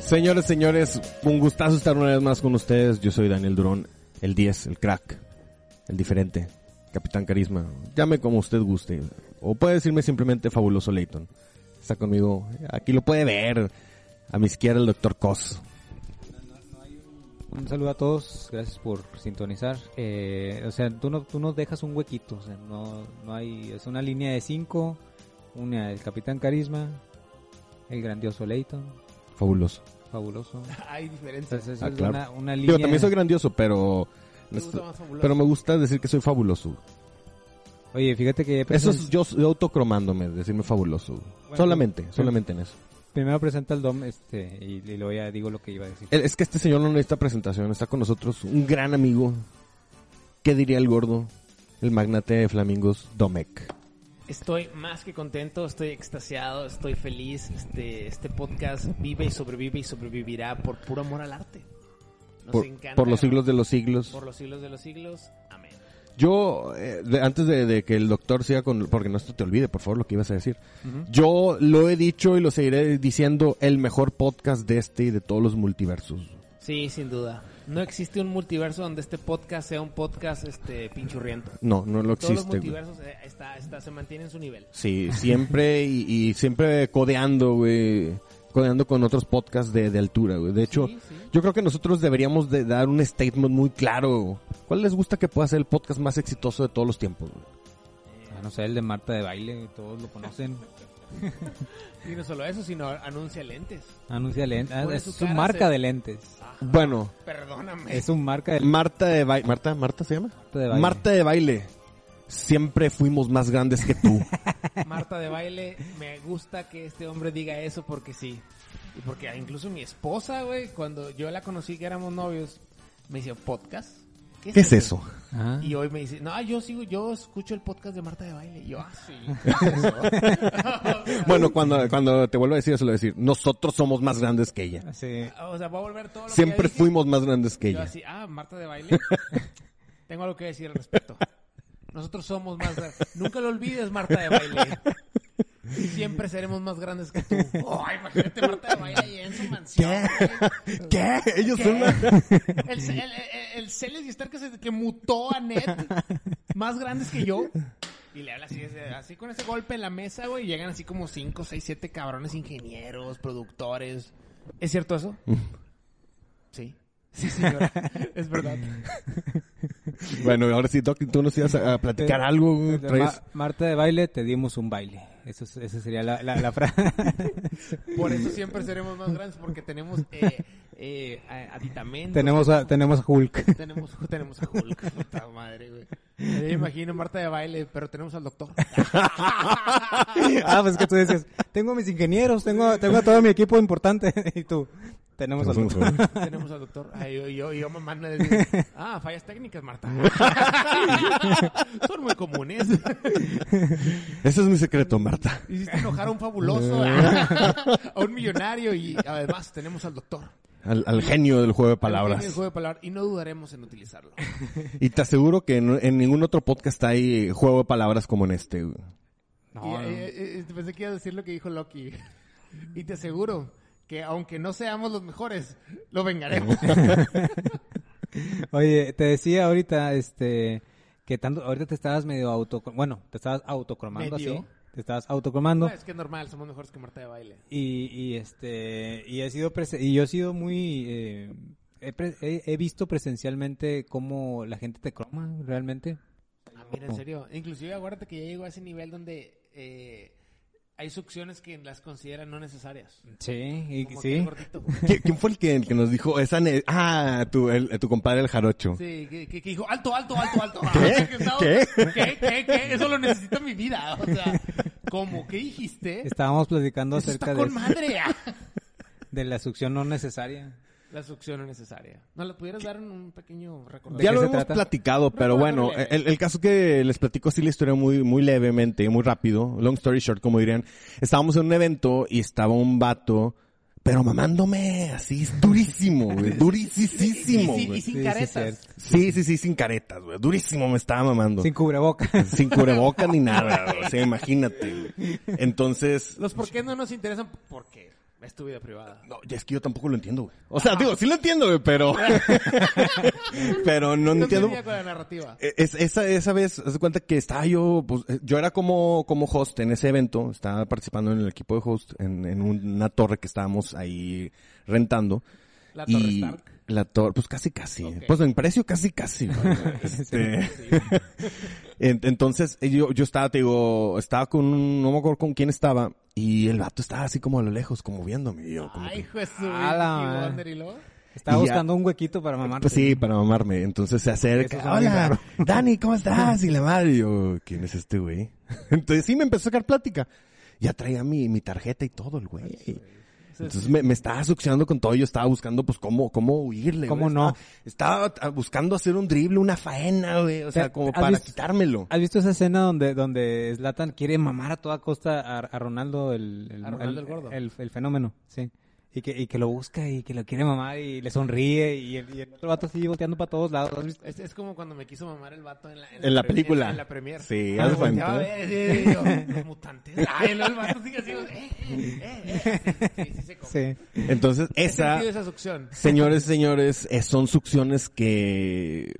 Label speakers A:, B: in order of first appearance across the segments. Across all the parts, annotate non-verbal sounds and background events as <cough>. A: Señores, señores, un gustazo estar una vez más con ustedes. Yo soy Daniel Durón, el 10, el crack, el diferente, Capitán Carisma. Llame como usted guste. O puede decirme simplemente Fabuloso Leighton. Está conmigo, aquí lo puede ver. A mi izquierda el doctor Cos.
B: Un saludo a todos, gracias por sintonizar. Eh, o sea, tú, no, tú nos dejas un huequito, o sea, no, no hay, es una línea de cinco, una del Capitán Carisma, el grandioso Leighton,
A: Fabuloso.
B: fabuloso.
C: <laughs> Hay diferencias.
B: Entonces, eso
A: Ah,
B: es
A: claro.
B: una, una línea.
A: Digo, también soy grandioso, pero...
C: Me gusta más fabuloso.
A: Pero me gusta decir que soy fabuloso.
B: Oye, fíjate que
A: Eso
C: Pues
B: presen-
A: es yo, yo autocromándome, decirme fabuloso. solamente,
C: pues,
A: solamente en eso.
B: primero presenta el DOM este, y, y luego ya digo lo que iba a decir.
A: El- Es que este señor no necesita presentación, está con nosotros un gran amigo. ¿Qué diría el gordo? El magnate de flamingos, Domecq.
C: Estoy más que contento, estoy extasiado, estoy feliz. Este, este podcast vive y sobrevive y sobrevivirá por puro amor al arte. Nos
A: Por,
C: encanta
A: por los
C: grabar.
A: siglos de los siglos.
C: Por los siglos de los siglos. Amén.
A: Yo, eh, de- antes de, de que el doctor siga con... Porque no se te olvide, por favor, lo que ibas a decir. Yo lo he dicho y lo seguiré diciendo, el mejor podcast de este y de todos los multiversos.
C: Sí, sin duda. No existe un multiverso donde este podcast sea un podcast este pinchurriento.
A: No, no lo
C: Todos los
A: existe. güey.
C: multiversos eh, está, está, se mantienen en su nivel.
A: Sí, siempre y, y siempre codeando, güey. Codeando con otros podcasts de, de altura, güey. De hecho,
C: Sí, sí.
A: yo creo que nosotros deberíamos de dar un statement muy claro. ¿Cuál les gusta que pueda ser el podcast más exitoso de todos los tiempos, güey?
B: Ah, no sé, el de Marta de baile, todos lo
C: <laughs>
B: conocen.
C: Y no solo eso, sino anuncia lentes.
B: Anuncia lentes. Ah,
C: Pone
B: es
C: su
B: su
C: cara,
B: marca
C: se- Ah.
B: de lentes.
A: Bueno,
C: Perdóname.
B: Es su marca de
A: Marta de baile. ¿Marta? Eh, ¿Marta se llama?
B: Marta de baile.
A: Marta de baile. Siempre fuimos más grandes que
C: <laughs>
A: tú.
C: Marta de baile, me gusta que este hombre diga eso porque sí. Y porque incluso mi esposa, güey, cuando yo la conocí que éramos novios, me decía, ¿podcast?
A: ¿Qué es eso?
B: Ajá.
C: Y hoy me dice, no, yo sigo, yo escucho el podcast de Marta de Baile. Y yo, ah,
A: <laughs>
C: sí. <laughs>
A: Bueno, cuando, cuando te vuelvo a decir eso, lo voy a decir. Nosotros somos más grandes que ella.
B: Ah, Sí.
C: o sea, va a volver todo lo que
A: Siempre
C: ya dije.
A: fuimos más grandes que
C: Yo
A: ella.
C: así, ah, Marta
A: <laughs>
C: de Baile. Tengo algo que decir al respecto. Nosotros somos más... Nunca lo olvides, Marta de Baile. Siempre seremos más grandes
A: <laughs>
C: que tú. Oh, imagínate Marta de Baile ahí en su mansión. <laughs> güey.
A: ¿Qué? Ellos
C: ¿Qué?
A: son más...
C: El, el, el, el Celes y Stark que, se- que mutó a Ned, más grandes que yo. Y le habla así, ese- así con ese golpe en la mesa, güey. y Llegan así como 5, 6, 7 cabrones ingenieros, productores. ¿Es cierto eso? Sí. Sí, señora. es verdad.
A: Bueno, ahora sí, Doc, tú nos ibas a a platicar algo. güey.
B: Ma-
A: Traes-
B: Marta de baile, te dimos un baile. Eso, es- esa sería la, la, la frase. <laughs>
C: Por eso siempre seremos más grandes, porque tenemos eh, eh, a- aditamentos.
B: tenemos, a, tenemos a Hulk. <laughs>
C: Tenemos, tenemos a Hulk, puta madre, güey. Yo me imagino Marta de baile, pero tenemos al doctor.
A: <laughs>
B: ah, pues que tú decías, tengo a mis ingenieros, tengo, tengo a todo mi equipo importante. <laughs> y tú, tenemos a
A: Tenemos
B: Hulk.
A: un- <laughs>
C: Tenemos al doctor. Ay, yo, yo, yo mamá no le digo, Ah, fallas técnicas, Marta. <laughs> Son muy comunes. <laughs>
A: Ese es mi secreto, Marta.
C: Hiciste enojar a un fabuloso, a un millonario y además tenemos al doctor.
A: Al, al genio del juego de
C: El
A: palabras.
C: juego de palabras y no dudaremos en utilizarlo.
A: Y te aseguro que en, en ningún otro podcast hay eh, juego de palabras como en este. güey.
B: <laughs>
C: Y,
B: No, no.
C: eh, eh, pensé que iba a decir lo que dijo Loki. Y te aseguro que aunque no seamos los mejores, lo vengaremos.
B: Oye, te decía ahorita, este, que tanto, ahorita te estabas medio auto, bueno, te estabas autocromando
C: ¿Medio? Pues.
B: así. Te estabas autocromando.
C: No, es que es normal, somos mejores que Marta de baile.
B: Y, y este y he sido prese- y yo he sido muy eh, he, pre- he- he visto presencialmente cómo la gente te croma realmente
C: Ah, mira, en serio. Inclusive acuérdate que ya llegó a ese nivel donde eh, hay succiones que las consideran no necesarias.
B: Sí, y
C: Como que
B: sí.
C: el gordito.
A: ¿Qui- ¿Quién fue el que, el que nos dijo esa? ne- Ah, tu, el- tu compadre el jarocho.
C: Sí, que, que- que dijo, alto, alto, alto, alto.
A: ¿Qué?
C: <laughs> Que estaba-
A: ¿Qué?
C: ¿Qué? ¿Qué? ¿Qué? Eso lo necesito en mi vida. O sea, ¿cómo? ¿Qué dijiste?
B: Estábamos platicando
C: Eso
B: acerca
C: está
B: de,
C: con madre. <laughs> ah.
B: de la succión no necesaria.
C: La succión no necesaria. ¿No la pudieras dar un- un pequeño recordatorio?
B: ¿De
A: Ya
B: qué
A: lo
B: se
A: hemos
B: trata?
A: platicado, pero bueno,
C: leve.
A: el, el caso que les platico así la historia muy, muy levemente, muy rápido, long story short, como dirían. Estábamos en un evento y estaba un vato, pero mamándome así, es durísimo,
B: <laughs>
A: güey, durísimo,
C: Y, sin- y
A: güey.
C: sin
B: Sí, sí,
C: caretas.
B: cierto.
A: Sí, sí, sí, sin caretas, güey, durísimo me estaba mamando.
B: Sin cubreboca.
A: Sin cubrebocas ni nada, güey, o sea, imagínate. güey. Entonces,
C: Los por qué no nos interesan porque es tu vida privada.
A: no, ya es que yo tampoco lo entiendo, güey. O sea, digo, sí lo entiendo, güey, pero... pero no
C: No
A: entiendo... E,
C: con la narrativa.
A: Es- esa, esa vez, haz de cuenta que estaba yo, pues, eh, yo era como, como host en ese evento, estaba participando en el equipo de host, en, en una torre que estábamos ahí rentando.
C: La
A: y
C: Torre Stark.
A: La torre, pues casi casi.
C: Ok.
A: Pues en precio casi casi.
C: <laughs>
A: güey. Este, en- Entonces, eh, yo, yo estaba, te digo, estaba con, un- no me acuerdo con quién estaba, y el vato estaba así como a lo lejos, como viéndome. Y yo, como que-
C: Ay, hijo de su
B: A la
C: Vicky
B: madre.
C: Wonder y luego.
B: <laughs> Estaba
A: Y ya-
B: buscando un huequito para mamar.
A: Pues sí, para mamarme. Entonces se
B: Eso
A: acerca.
B: suena bien
A: Hola,
B: raro.
A: <laughs> Dani, ¿cómo estás? Y la madre, y yo, ¿quién es este güey? <laughs> Entonces sí me empezó a sacar plática. Ya traía mi, mi tarjeta y todo el güey. Entonces me, me estaba succionando con todo. Yo estaba buscando, pues, cómo, cómo huirle.
B: ¿Cómo
A: güey.
B: no?
A: Estaba, estaba, ah, buscando hacer un drible, una faena, güey. O sea,
B: ¿Te-
A: como
B: has
A: para
B: visto- <laughs>
A: quitármelo.
B: ¿Has visto esa escena donde donde Zlatan quiere mamar a toda costa a, a Ronaldo el el,
C: A Ronaldo
B: el-
C: el gordo.
B: el- el fenómeno, sí. Y que, y que lo busca y que lo quiere mamar y le sonríe y el, y el otro vato sigue volteando para todos lados. ¿Has visto?
C: Es, es como cuando me quiso mamar el vato en la,
A: En la
C: pre-
A: película.
C: En, la premier.
A: Sí,
C: Ah,
A: haz
C: me
A: de cuenta.
C: volteaba a ver, y yo,
A: <laughs>
C: Los mutantes. Ay, luego el vato sigue así. Eh, eh, eh, eh. Sí, sí, se come.
B: Sí.
A: Entonces
C: He
A: esa,
C: sentido esa succión.
A: señores, señores, eh, son succiones que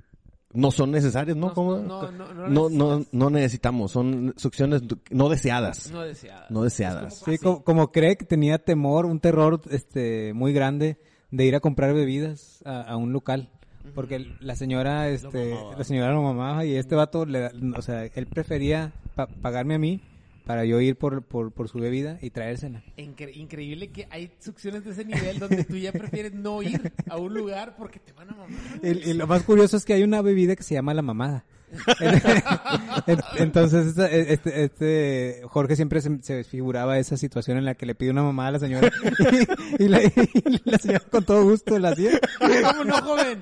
A: no son necesarias, ¿no?
C: No,
A: ¿Cómo?
C: no, no, no
A: no, no, no necesitamos, son succiones no deseadas.
C: No deseada.
A: No deseadas.
B: Ah, Sí, como, como Craig tenía temor, un terror este muy grande de ir a comprar bebidas a, a un local. Porque el- la señora, este, la señora lo mamaba y este vato, le, da- o sea, él prefería pa- pagarme a mí para yo ir por, por, por su bebida y traérsela.
C: Incre- increíble que hay succiones de ese nivel donde tú ya prefieres no ir a un lugar porque te van a mamar.
B: El- y lo más curioso es que hay una bebida que se llama la <laughs> mamada. En- Entonces, esta- este, este- Jorge siempre se, se figuraba esa situación en la que le pide una mamada a la señora <laughs> y, y la, y la señora con todo gusto la hacía.
C: ¿Cómo no, joven?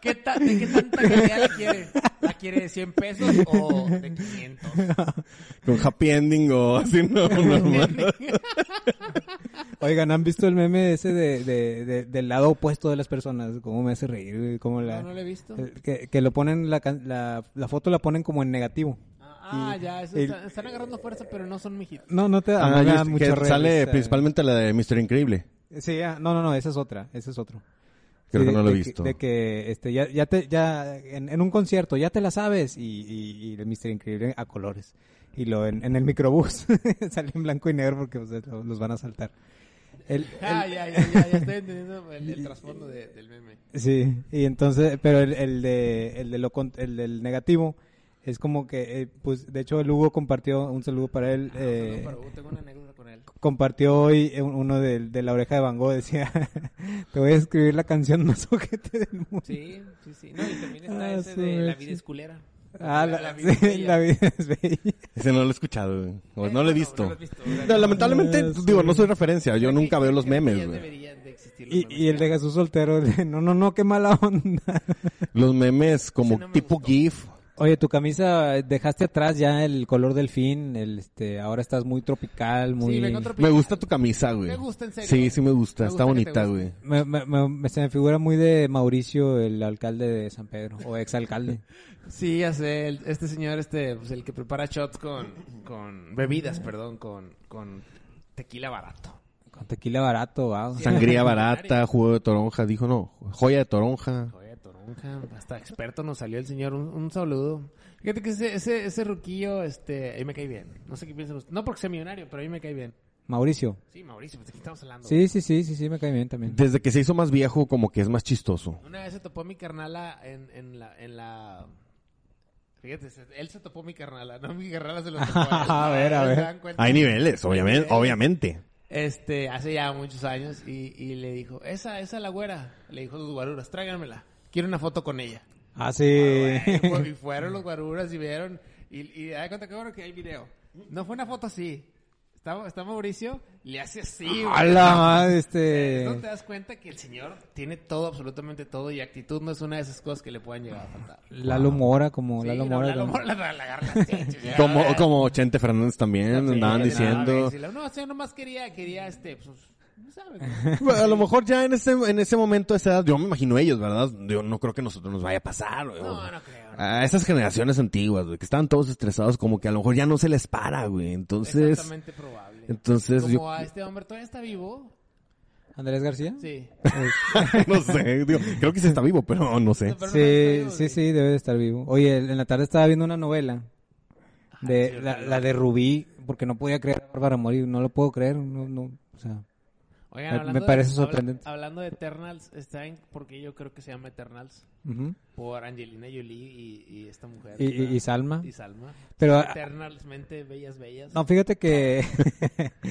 C: ¿Qué ta- ¿De qué tanta calidad la quiere? ¿La quiere de 100 pesos o de 500?
A: Con happy ending o así,
C: <laughs>
A: no, no, no.
B: Oigan, ¿han visto el meme ese de, de- de- del lado opuesto de las personas? ¿Cómo me hace reír? güey? ¿Cómo la,
C: No, no lo he
A: Eh,
C: visto.
B: el- que, que lo ponen, la, can- la, la foto la ponen como en negativo.
C: Ah, ah, ya, eso
B: el-
C: está- están agarrando fuerza, pero no son mijitos.
B: No, no te da,
A: Ah,
B: no me da
A: yo-
B: mucha
A: que
B: risa.
A: sale principalmente la de Mr. Increíble.
B: Sí, ah, no, no, no, esa es otra, ese es otro.
A: Creo
B: Sí,
A: que
B: de-
A: no lo he
B: de
A: visto.
B: de que este, ya, ya, te, ya en, en un concierto ya te la sabes y, y, y el Mister Increíble a colores. Y lo en, en el microbús <laughs> sale en blanco y negro porque pues, lo- los van a saltar. El,
C: <laughs> Ah, ya, ya, ya, ya estoy entendiendo
B: <laughs>
C: el, el trasfondo de- del meme.
B: Sí, y entonces, pero el, el de el de lo con- el del negativo es como que eh, pues de hecho el Hugo compartió un saludo para él eh,
C: No, pero uh, tengo una anécdota con él.
B: compartió hoy eh, uno de, de la oreja de Van Gogh decía <laughs> te voy a escribir la canción más <laughs> ojete del mundo.
C: Sí, sí, sí. No, y también está
B: Ah,
C: ese
B: su
C: de La
B: mecha.
C: vida es culera.
B: Ah, la, sí,
C: vida es bella.
B: la vida es bella.
A: Ese no lo he escuchado, güey. O
C: Eh,
A: no lo he
C: no,
A: visto.
C: no lo has visto, ¿verdad?
A: No, lamentablemente,
B: Ah, sí.
A: digo, no soy referencia. Yo
C: Creo
A: nunca
C: que-
A: veo los
C: creo que
A: memes,
C: ya
A: güey.
C: deberían de existir los
B: Y,
C: memes,
B: y el
C: ya.
B: de Jesús Soltero, de, no, no, no, qué mala onda.
A: Los memes como
C: no me
A: tipo
C: gustó. Pues
A: GIF.
B: Oye, tu camisa, eh, dejaste atrás ya el color del fin, el, este, ahora estás muy tropical, muy...
C: Sí, vengo otro
A: Me gusta tu camisa, güey.
C: Me gusta, en serio.
A: Sí, sí me gusta.
C: Me
A: Está
C: gusta que te
A: bonita,
C: guste.
A: güey.
B: Me, me- me- me- se me figura muy de Mauricio, el alcalde de San Pedro, o
C: <laughs>
B: exalcalde.
C: Sí, ya sé, el- este señor, este, pues, el que prepara shots con, con bebidas, perdón, con, con tequila barato.
B: Con tequila barato, wow.
A: Sangría barata, jugo de toronja. Dijo, no, joya de toronja.
C: Oye, Toronja, hasta experto nos salió el señor, un, un saludo. Fíjate que ese, ese, ese ruquillo, este, ahí me cae bien. No sé qué piensan ustedes, no porque sea millonario, pero a mí me cae bien.
B: Mauricio.
C: Sí, Mauricio, pues de qué estamos hablando.
B: Sí, sí, sí, sí, sí, me cae bien también.
A: Desde que se hizo más viejo, como que es más chistoso.
C: Una vez se topó mi carnala en, en la, en la, Fíjate, se- él se topó mi carnala, no mi carnala se lo topó. a
B: <laughs>
C: él.
B: A ver, a
C: ¿Se
B: ver.
C: dan cuenta?
D: Hay niveles, obviamente. obviamente.
C: Este, hace ya muchos años y, y le dijo, esa, esa la güera. Le dijo a sus guaruras, tráiganmela. Quiero una foto con ella.
B: Ah,
C: <laughs>
B: sí.
D: Eh, <laughs>
C: Güey, Y fueron los guaruras y vieron. Y, y da cuenta que bueno que hay video. No fue una foto así. Está, está Mauricio, le hace así. güey.
B: A la madre,
C: Es donde te
B: este.
C: das cuenta que el señor tiene todo, absolutamente todo, y actitud no es una de esas cosas que le puedan llegar a faltar.
B: Lalo Mora, como
C: Sí,
B: Lalo
C: no,
B: Mora.
C: Lalo
B: como-
C: Mora la, la agarra así,
D: <laughs>
C: sí,
D: Como,
C: sí,
D: como Chente Fernández también
C: sí,
D: andaban
C: sí,
D: diciendo.
C: sí, la- No, o sea, nomás quería, quería este, pues,
D: <laughs>
C: no sabes.
D: Bueno, Pues, a lo mejor ya en ese, en ese momento, a esa edad, yo me imagino ellos, ¿verdad? Yo no creo que nosotros nos vaya a pasar. güey.
C: No, no creo. no.
D: A esas generaciones antiguas, güey, que estaban todos estresados, como que a lo mejor ya no se les para, güey. Entonces,
C: Exactamente probable.
D: entonces
C: Como
D: yo
C: a este hombre todavía está vivo.
B: Andrés García. Eh,
C: <laughs> Sí.
D: <laughs> no sé, digo, creo que sí está vivo, pero no sé.
C: Pero no está
B: Sí,
C: vivo,
B: sí, sí, debe de estar vivo. Oye, en la tarde estaba viendo una novela.
C: Ah,
B: De, la, la de Rubí, porque no podía creer a Bárbara Mori, no lo puedo creer, no, no, o sea,
C: Oigan,
B: Me- me
C: hablando de-
B: parece
C: habla-
B: sorprendente.
C: hablando de Eternals, está en porque yo creo que se llama Eternals
B: ujú.
C: por Angelina Jolie y, y esta mujer.
B: Y- y-
C: ¿verdad?
B: y Salma.
C: Y Salma.
B: Pero, ah,
C: Eternalmente bellas, bellas.
B: no, fíjate que
C: <laughs>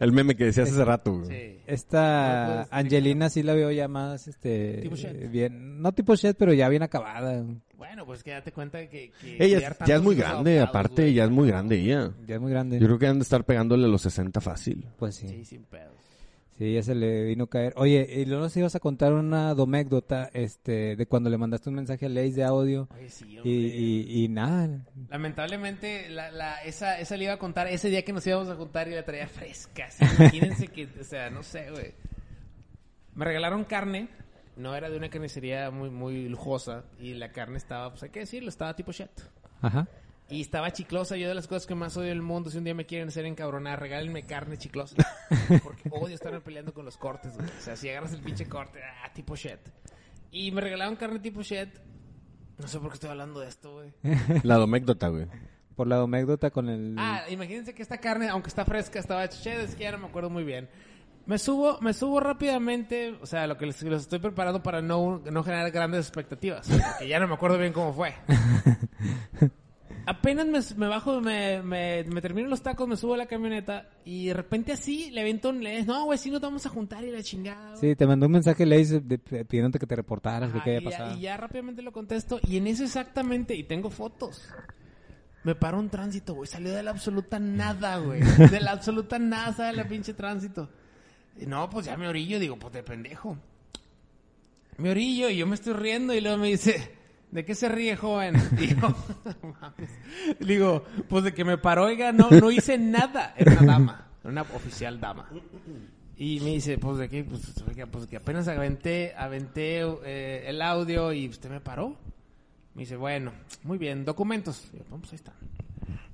D: El meme que decías hace rato, güey.
C: Sí.
B: eh,
C: No
B: esta
C: puedes
B: Angelina sí la veo ya más, este,
C: Tipo Shed.
B: bien, no tipo Shed, pero ya bien acabada,
C: Bueno, pues que date cuenta que... que
D: Ella
C: criar
D: ya es
C: tantos
D: muy
C: hijos
D: grande,
C: adoptados,
D: aparte,
C: güey.
D: ya es muy grande ella.
B: ya es muy grande,
D: Yo creo que han de estar pegándole a los 60
C: <laughs>
D: fácil.
B: pues sí.
C: Sí, sin pedos.
B: Sí, ya se le vino a caer. Oye, y luego nos ibas a contar una domécdota, este, de cuando le mandaste un mensaje a Leis de audio
C: Oye, sí,
B: y,
C: hombre.
B: y, y nada.
C: Lamentablemente, la, la, esa, esa le iba a contar ese día que nos íbamos a juntar y la traía fresca. así, Imagínense que, o sea, no sé, güey. Me regalaron carne. No era de una carnicería muy, muy lujosa. Y la carne estaba, pues hay que decirlo, estaba tipo chat.
B: Ajá.
C: Y estaba chiclosa. Yo de las cosas que más odio del mundo, si un día me quieren hacer encabronar, regálenme carne chiclosa. Porque odio estarme peleando con los cortes, güey. O sea, si agarras el pinche corte, ah, tipo shit. Y me regalaron carne tipo shit. No sé por qué estoy hablando de esto, güey.
D: La domécdota, güey.
B: Por la domécdota con el...
C: Ah, imagínense que esta carne, aunque está fresca, estaba chévere, es que ya no me acuerdo muy bien. Me subo, me subo rápidamente, o sea, lo que les, los estoy preparando para no, no generar grandes expectativas, que ya no me acuerdo bien cómo fue. Apenas me, me bajo, me, me, me termino los tacos, me subo a la camioneta y de repente así le avento un le no, güey, sí nos vamos a juntar y la chingada. güey".
B: Sí, te mandó un mensaje Leis de- de- pidiéndote que te reportaras lo
C: Ajá,
B: que
C: y
B: había
C: ya-
B: pasado.
C: Y ya rápidamente lo contesto. Y en eso exactamente, y tengo fotos. Me paró un tránsito, güey. Salió de la absoluta nada, güey. De la absoluta nada sale la pinche tránsito. Y no, pues ya me orillo. Digo, pues de pendejo. Me orillo y yo me estoy riendo. Y luego me dice, ¿de qué se ríe, joven? <laughs> Digo, "No mames". Le digo, pues de que me paró, oiga, no, no hice nada. Era una dama. Era una oficial dama. Y me dice, pues de qué, pues, oiga, pues, que apenas aventé, aventé eh, el audio y usted me paró. Me dice, bueno, muy bien, documentos. Y yo, "No, pues ahí están.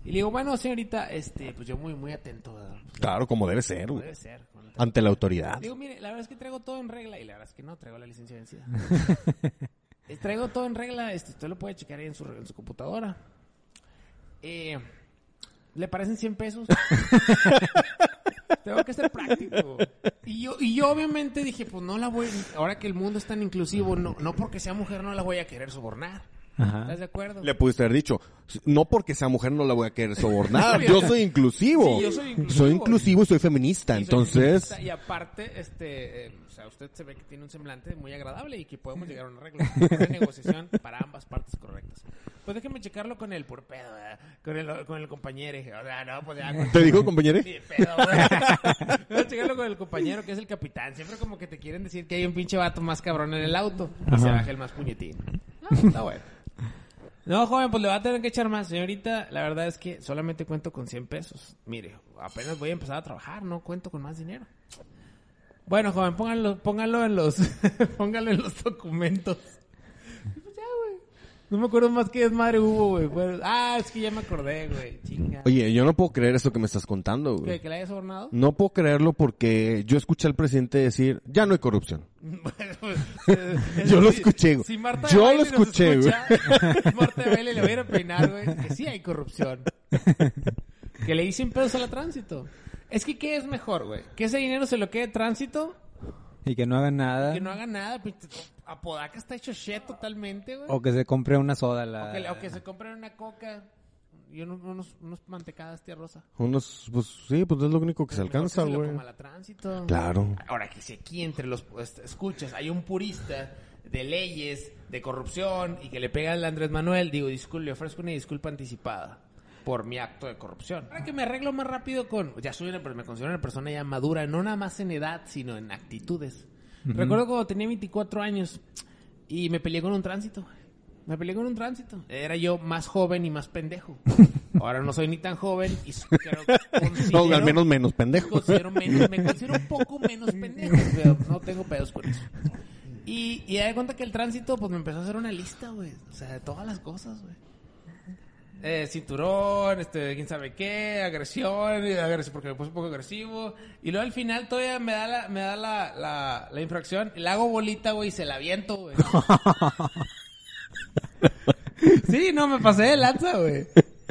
C: Y le digo, bueno, señorita, este, pues yo muy, muy atento. ¿verdad? Pues,
D: Claro, como debe ser, güey.
C: Debe ser. con la-
D: Ante la autoridad.
C: Digo, mire, la verdad es que traigo todo en regla y la verdad es que no, traigo la licencia vencida. Eh, traigo todo en regla, esto, usted lo puede checar ahí en su, en su computadora. Eh, ¿Le parecen 100 pesos? Tengo que ser práctico. Y yo, y yo obviamente dije, pues no la voy, ahora que el mundo es tan inclusivo, no, no porque sea mujer no la voy a querer sobornar.
B: Ajá.
C: ¿Estás de acuerdo?
D: Le pudiste haber dicho, no porque sea mujer no la voy a querer
C: <laughs>
D: sobornar,
C: Sí,
D: yo soy inclusivo.
C: Sí, yo soy inclusivo.
D: Soy inclusivo y soy feminista,
C: Y soy
D: entonces...
C: feminista, Y aparte, este, eh, o sea, usted se ve que tiene un semblante muy agradable y que podemos llegar a un arreglo. Una negociación para ambas partes correctas. Pues déjeme checarlo con el por pedo, ¿verdad? con el, con el compañero. Y dije, o sea, no, pues ya. con-
D: ¿Te dijo, compañero?
C: Ni de pedo,
D: <laughs>
C: güey. Vamos a checarlo con el compañero que es el capitán. Siempre como que te quieren decir que hay un pinche vato más cabrón en el auto. Y se baja el más puñetín. Ah, está bueno. No, joven, pues le va a tener que echar más. Señorita, la verdad es que solamente cuento con 100 pesos. Mire, apenas voy a empezar a trabajar, no cuento con más dinero. Bueno, joven, póngalo, póngalo en los <laughs> póngalo en los documentos. Y pues ya, güey. No me acuerdo más qué desmadre hubo, güey. Fue- ah, es que ya me acordé, güey. Chinga.
D: Oye, yo no puedo creer eso que me estás contando,
C: ¿Que,
D: güey.
C: que la hayas sobornado?
D: No puedo creerlo porque yo escuché al presidente decir, ya no hay corrupción.
C: Bueno, pues, eh,
D: Yo lo
C: si-
D: escuché, güey.
C: Si Marta
D: Yo
C: de Baile
D: lo
C: nos
D: escuché,
C: escucha, <laughs> Marta de Baile le voy a ir a peinar, güey. Que sí hay corrupción. que le di 100 pesos a la tránsito. Es que, ¿qué es mejor, güey? ¿Que ese dinero se lo quede tránsito?
B: Y que no hagan nada.
C: Que no haga nada. pues, Apodaca está hecho shit totalmente, güey.
B: O que se compre una soda. La...
C: O que, o que se compren una coca y unos, unos, unos mantecadas tía rosa.
A: Unos, pues sí, pues es lo único que se
C: Mejor que
A: alcanza,
C: se lo
A: güey.
C: coma la tránsito.
A: Claro.
C: Ahora que si aquí entre los pues, escuchas hay un purista de leyes, de corrupción y que le pega al Andrés Manuel, digo, disculpe, le ofrezco una disculpa anticipada por mi acto de corrupción. Ahora que me arreglo más rápido con, ya soy una, per- me considero una persona ya madura, no nada más en edad, sino en actitudes. Recuerdo cuando tenía 24 años y me peleé con un tránsito. güey. Me peleé con un tránsito. Era yo más joven y
A: <laughs>
C: más pendejo. Ahora no soy ni tan joven y s- creo,
A: No,
C: considero-
A: al menos menos pendejo.
C: considero menos- me considero un poco menos pendejo, pero no tengo pedos con eso. Y, y da de cuenta que el tránsito, pues me empezó a hacer una lista, güey. O sea, de todas las cosas, güey. Eh, cinturón, este, quién sabe qué, agresión, y agresión, porque me puse un poco agresivo. Y luego al final todavía me da la, me da la, la, la infracción, la hago bolita, güey, y se la aviento, güey. Sí, no, me pasé de lanza, güey.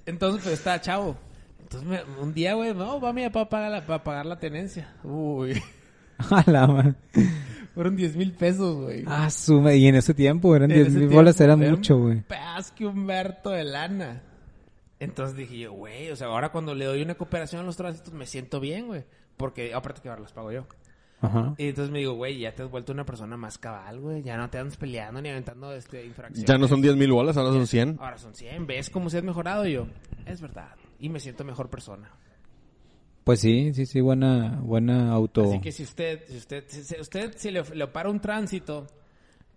C: Entonces, pero estaba chavo. Entonces, me- un día, güey, no, va mi papá para, la- para pagar la tenencia. Uy,
B: <laughs> A la ma-
C: fueron 10 mil pesos, güey.
B: Ah, su ma- Y en ese tiempo eran
C: En
B: 10
C: ese
B: mil
C: tiempo,
B: bolas, eran
C: era un
B: mucho, güey.
C: pedazo que un berto de lana. Entonces dije yo, güey, o sea, ahora cuando le doy una cooperación a los tránsitos me siento bien, güey. Porque, aparte que ahora las pago yo.
B: Ajá.
C: Y entonces me digo, güey, ya te has vuelto una persona más cabal, güey. Ya no te andas peleando ni aventando este, infracciones.
A: Ya no son 10 mil bolas, ahora son 100.
C: Ahora son 100. ¿Ves cómo se has mejorado? Y yo, es verdad. Y me siento mejor persona.
B: Pues sí, sí, sí, buena, buena auto.
C: Así que si usted, si usted, si- si usted si le, of- le para un tránsito,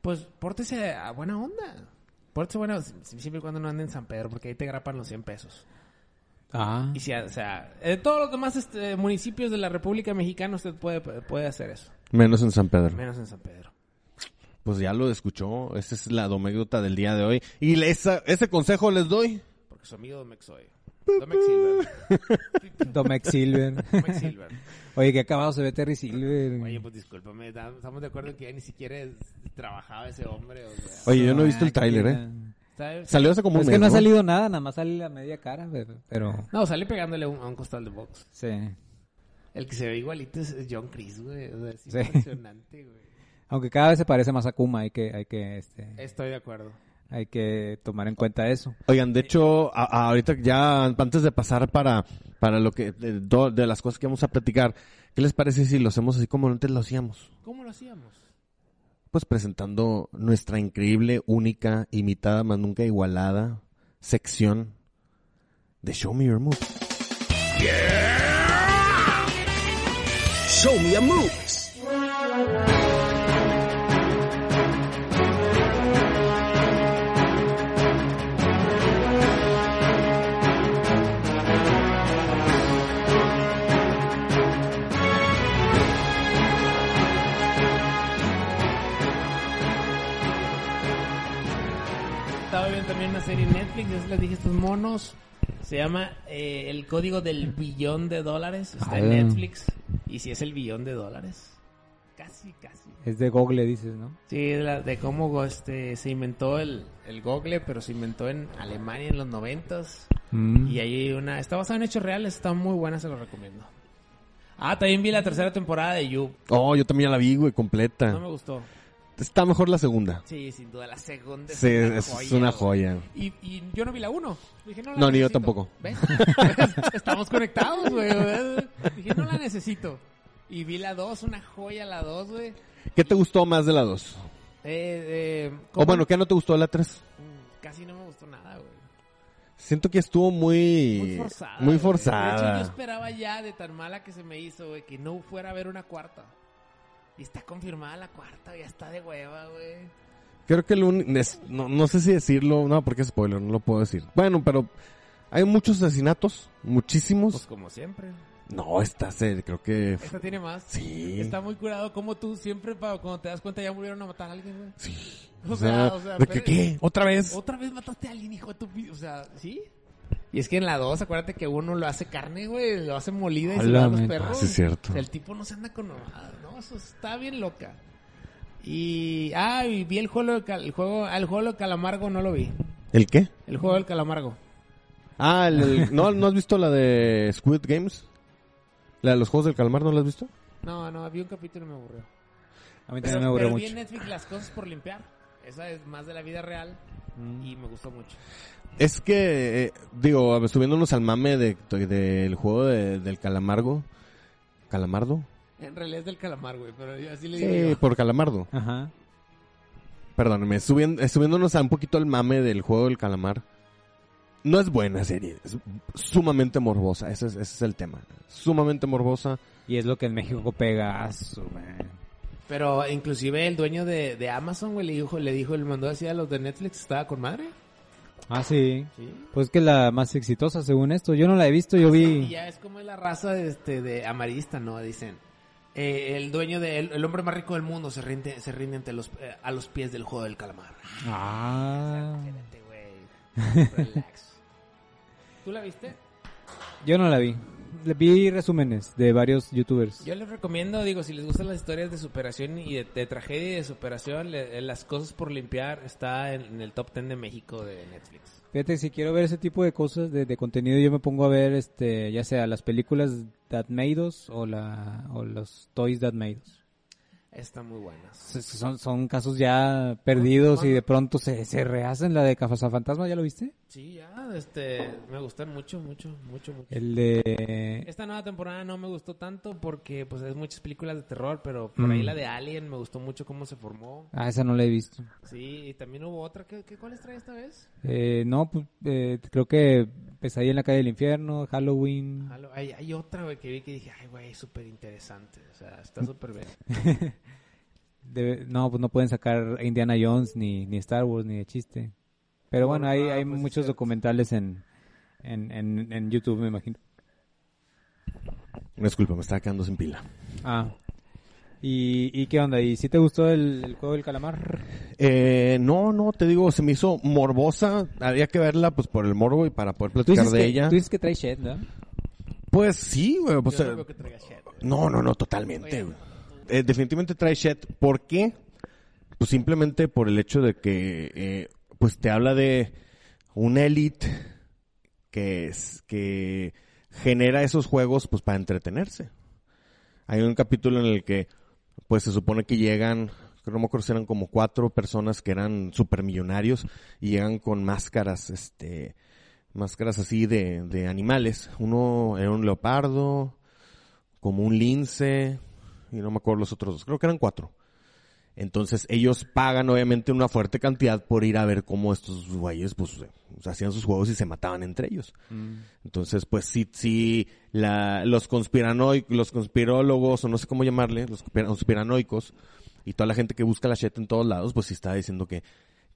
C: pues pórtese a buena onda. Pórtese buena si- siempre y cuando no ande en San Pedro, porque ahí te grapan los 100 pesos. <laughs>
B: Ah, <laughs>
C: Y si, o sea, en todos los demás este, municipios de la República Mexicana usted puede, puede hacer eso.
A: Menos en San Pedro.
C: Menos en San Pedro.
A: Pues ya lo escuchó. Esa es la domécdota del día de hoy. Y le- esa- ese consejo les doy.
C: Porque su amigo Domex soy. Domex Silver.
B: Domex Silver.
C: Domex Silver.
B: Oye, que acabado se ve Terry Silver.
C: Oye, pues discúlpame, da- estamos de acuerdo que ya ni siquiera es- trabajaba ese hombre. O sea,
A: Oye, yo no he visto
B: Ah,
A: el tráiler,
B: que
A: ¿eh?
C: ¿sabes?
A: Salió hace como
B: Pues
A: un
B: es que
A: mes,
B: no ha
A: ¿no?
B: salido nada, nada más sale la media cara, pero... pero-
C: No, sale pegándole un- a un costal de box.
B: sí.
C: El que se ve igualito es es John Chris, güey. O sea, es
B: Sí.
C: impresionante, güey.
B: Aunque cada vez se parece más a Kuma, hay que, hay que, este,
C: Estoy de acuerdo.
B: hay que tomar en cuenta eso.
A: Oigan, de hecho, a- a- ahorita ya antes de pasar para, para lo que de, do- de las cosas que vamos a platicar, ¿qué les parece si lo hacemos así como antes lo hacíamos?
C: ¿Cómo lo hacíamos?
A: Pues presentando nuestra increíble, única, imitada, más nunca igualada sección de Show Me Your Moves.
E: Show me your moves.
C: Estaba viendo también una serie en Netflix, ya se les dije a estos monos. Se llama eh, El Código del Billón de Dólares. Está en
B: Ah.
C: Netflix. Y si es el billón de dólares. Casi, casi.
B: Es de Google, dices, ¿no?
C: Sí, de, la- de cómo este, se inventó el, el Google, pero se inventó en Alemania en los noventas.
A: Mm.
B: Mm.
C: Y ahí una... Está basada en hechos reales, está muy buena, se los recomiendo. Ah, también vi la tercera temporada de You.
A: Oh, yo también ya la vi, güey,
B: Ah.
A: completa.
C: No me gustó.
A: Está mejor la segunda.
C: Sí, sin duda, la segunda
A: Sí, es es una
C: güey.
A: joya.
C: Y, y yo no vi la uno. Dije, no, la
A: No, ni yo
C: necesito.
A: tampoco.
C: ¿Ves? <laughs> Estamos conectados, güey. Dije, no la necesito. Y vi la dos, una joya la dos, güey.
A: ¿Qué te gustó más de la dos?
C: Eh, eh,
A: O
C: ¿cómo?
A: bueno, ¿qué no te gustó de la tres?
C: Casi no me gustó nada, güey.
A: Siento que estuvo muy...
C: Muy forzada.
A: Muy
C: güey. De hecho, yo
A: forzada.
C: esperaba ya de tan mala que se me hizo, güey, que no fuera a haber una cuarta. Y está confirmada la cuarta, ya está de hueva, güey.
A: Creo que el uni- es- no, no sé si decirlo, no, porque es spoiler, no lo puedo decir. Bueno, pero hay muchos asesinatos,
C: Pues
A: muchísimos.
C: como siempre.
A: No, esta se, creo que...
C: Esta tiene más.
A: Sí.
C: Está muy curado como tú siempre, pa- cuando te das cuenta ya volvieron a matar a alguien, güey. Sí. <laughs> O,
A: O
C: sea,
A: sea,
C: o sea,
A: de que,
C: pero-
A: ¿qué? ¿Otra vez?
C: Otra vez mataste a alguien, hijo de tu... pi- O sea, ¿sí? Y es que en la 2, acuérdate que uno lo hace carne, güey, lo hace molida y se lo
B: Hola,
C: da a los
B: men.
C: perros.
A: Ah, sí, es cierto.
C: O sea, el tipo no se anda con nada, ¿no? Eso está bien loca. Y... Ah, y vi el juego, de cal- el juego... ah, El juego del calamargo no lo vi.
A: ¿El qué?
C: El juego del calamargo.
A: Ah, el- el- ¿no, ¿no has visto la de Squid Games? ¿La de los Juegos del Calmar no la has visto?
C: No, no, vi un capítulo y me aburrió.
B: A mí
C: Pero,
B: también me aburrió
C: pero vi
B: mucho.
C: en Netflix las cosas por limpiar. Esa es más de la vida real y me gustó mucho.
A: Es que, eh, digo, a ver, subiéndonos al mame de- del juego de- del calamargo. ¿Calamardo?
C: En realidad es del calamar, güey, pero yo así le digo.
A: Sí,
C: yo.
A: por calamardo.
B: Ajá.
A: Perdóname, subien- eh, subiéndonos a un poquito al mame del juego del calamar. No es buena serie, es sumamente morbosa, ese es, ese es el tema. Sumamente morbosa.
B: Y es lo que en México pega. ah, su madre.
C: Pero inclusive el dueño de, de Amazon, güey, le dijo, le dijo, le mandó así a los de Netflix, estaba con madre.
B: Ah, sí.
C: Sí.
B: Pues que la más exitosa, según esto. Yo no la he visto, yo
C: Y
B: vi...
C: ya es como es la raza de, este, de amarista, ¿no? Dicen. eh, el dueño del el hombre más rico del mundo se rinde, se rinde ante los, eh, a los pies del juego del calamar.
B: Ah.
C: Espérate, güey. Relax. ¿Tú la viste?
B: Yo no la vi. Le Vi resúmenes de varios youtubers.
C: Yo les recomiendo, digo, si les gustan las historias de superación y de, de tragedia y de superación, le- eh, las cosas por limpiar está en, en el top 10 de México de Netflix.
B: Fíjate, si quiero ver ese tipo de cosas, de, de contenido, yo me pongo a ver, este, ya sea las películas That Made Us o, la, o los Toys That Made Us.
C: Están muy buenas.
B: S- Son, son casos ya perdidos y de pronto se, se rehacen. La de Fantasma, ¿ya lo viste?
C: Sí, ya, este, me gustan mucho, mucho, mucho, mucho.
B: El de...
C: Esta nueva temporada no me gustó tanto porque, pues, es muchas películas de terror, pero por ahí
B: Mm.
C: la de Alien me gustó mucho cómo se formó.
B: Ah, esa no la he visto.
C: Sí, y también hubo otra. ¿Qué, qué, ¿Cuáles trae esta vez?
B: Eh, no, pues, eh, creo que Pesadilla en la calle del infierno, Halloween.
C: Halo- Hay, hay otra, güey, que vi que dije, ay, güey, súper interesante. O sea, está
A: Mm.
C: súper bien.
B: Debe- no, pues no pueden sacar Indiana Jones ni, ni Star Wars ni de chiste. Pero bueno, hay, hay
C: pues
B: muchos documentales en, en, en, en YouTube, me imagino.
A: Disculpa, me estaba quedando sin pila.
B: Ah. ¿Y, y qué onda? ¿Y si te gustó el, el juego del calamar?
A: Eh, no, no, te digo, se me hizo morbosa. Había que verla pues por el morbo y para poder platicar de
B: que,
A: ella.
B: tú dices que trae shit, ¿verdad?
A: Pues sí, güey. pues,
C: Yo no
A: eh,
C: veo que traiga shit.
A: No, no, no, totalmente, güey. Eh, definitivamente trae shit. ¿Por qué? Pues simplemente por el hecho de que, eh, pues te habla de una élite que es, que genera esos juegos, pues para entretenerse. Hay un capítulo en el que, pues se supone que llegan, no me acuerdo si eran como cuatro personas que eran supermillonarios y llegan con máscaras, este, máscaras así de, de animales. Uno era un leopardo, como un lince, y no me acuerdo los otros dos, creo que eran cuatro. Entonces ellos pagan obviamente una fuerte cantidad por ir a ver cómo estos güeyes pues eh, hacían sus juegos y se mataban entre ellos. Entonces pues sí, sí, la, los conspiranoicos, los conspirólogos o no sé cómo llamarle, los conspira- conspiranoicos y toda la gente que busca la shit en todos lados pues sí está diciendo que,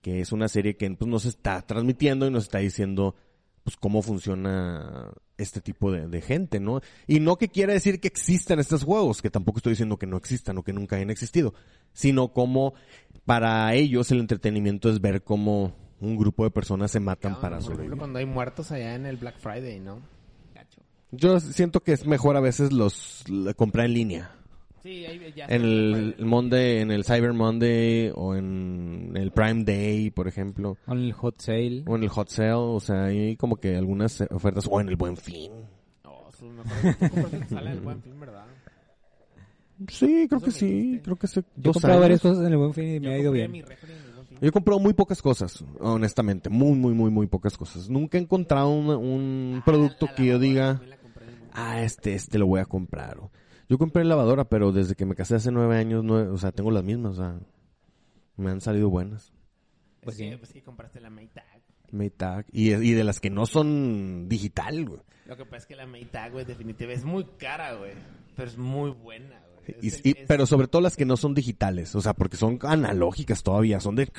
A: que es una serie que pues nos está transmitiendo y nos está diciendo pues cómo funciona este tipo de, de gente, ¿no? Y no que quiera decir que existan estos juegos, que tampoco estoy diciendo que no existan o que nunca hayan existido, sino como para ellos el entretenimiento es ver cómo un grupo de personas se matan
C: No,
A: para
C: por ejemplo,
A: sobrevivir.
C: cuando hay muertos allá en el Black Friday, ¿no? Gacho.
A: Yo siento que es mejor a veces los la- comprar en línea.
C: Sí, ahí ya.
A: En el Monday, en el Cyber Monday o en el Prime Day, por ejemplo,
B: Con el hot sale.
A: o en el Hot Sale, o sea, hay como que algunas eh, ofertas o en el Buen Fin.
C: No, su <laughs> mejor tú compraste tu sala del buen fin, ¿verdad?
A: Sí, creo
C: Eso
A: que
C: me
A: sí,
C: dijiste.
A: creo que sí.
B: Yo he comprado varias cosas en el Buen Fin y me ha ido
C: compré
B: bien.
C: mi refri en el Buen Fin.
A: Yo he comprado muy pocas cosas, honestamente. Muy, muy, muy, muy pocas cosas. Nunca he encontrado un, un producto
C: Ah, La
A: que yo
C: lavadora
A: diga,
C: también la compré en el Buen Fin.
A: ah, este, este lo voy a comprar. o- Yo compré lavadora, pero desde que me casé hace nueve años, no, he- o sea, tengo las mismas, o sea, me han salido buenas.
B: Pues
C: Es que-
B: sí.
C: Pues sí, compraste la Maytag.
A: Maytag. Y, y de las que no son digital, güey.
C: Lo que pasa es que la Maytag, güey, definitiva es muy cara, güey. Pero es muy buena, güey.
A: Y-
C: Es
A: y-
C: el- es-
A: pero sobre todo las que no son digitales, o sea, porque son analógicas todavía, son de,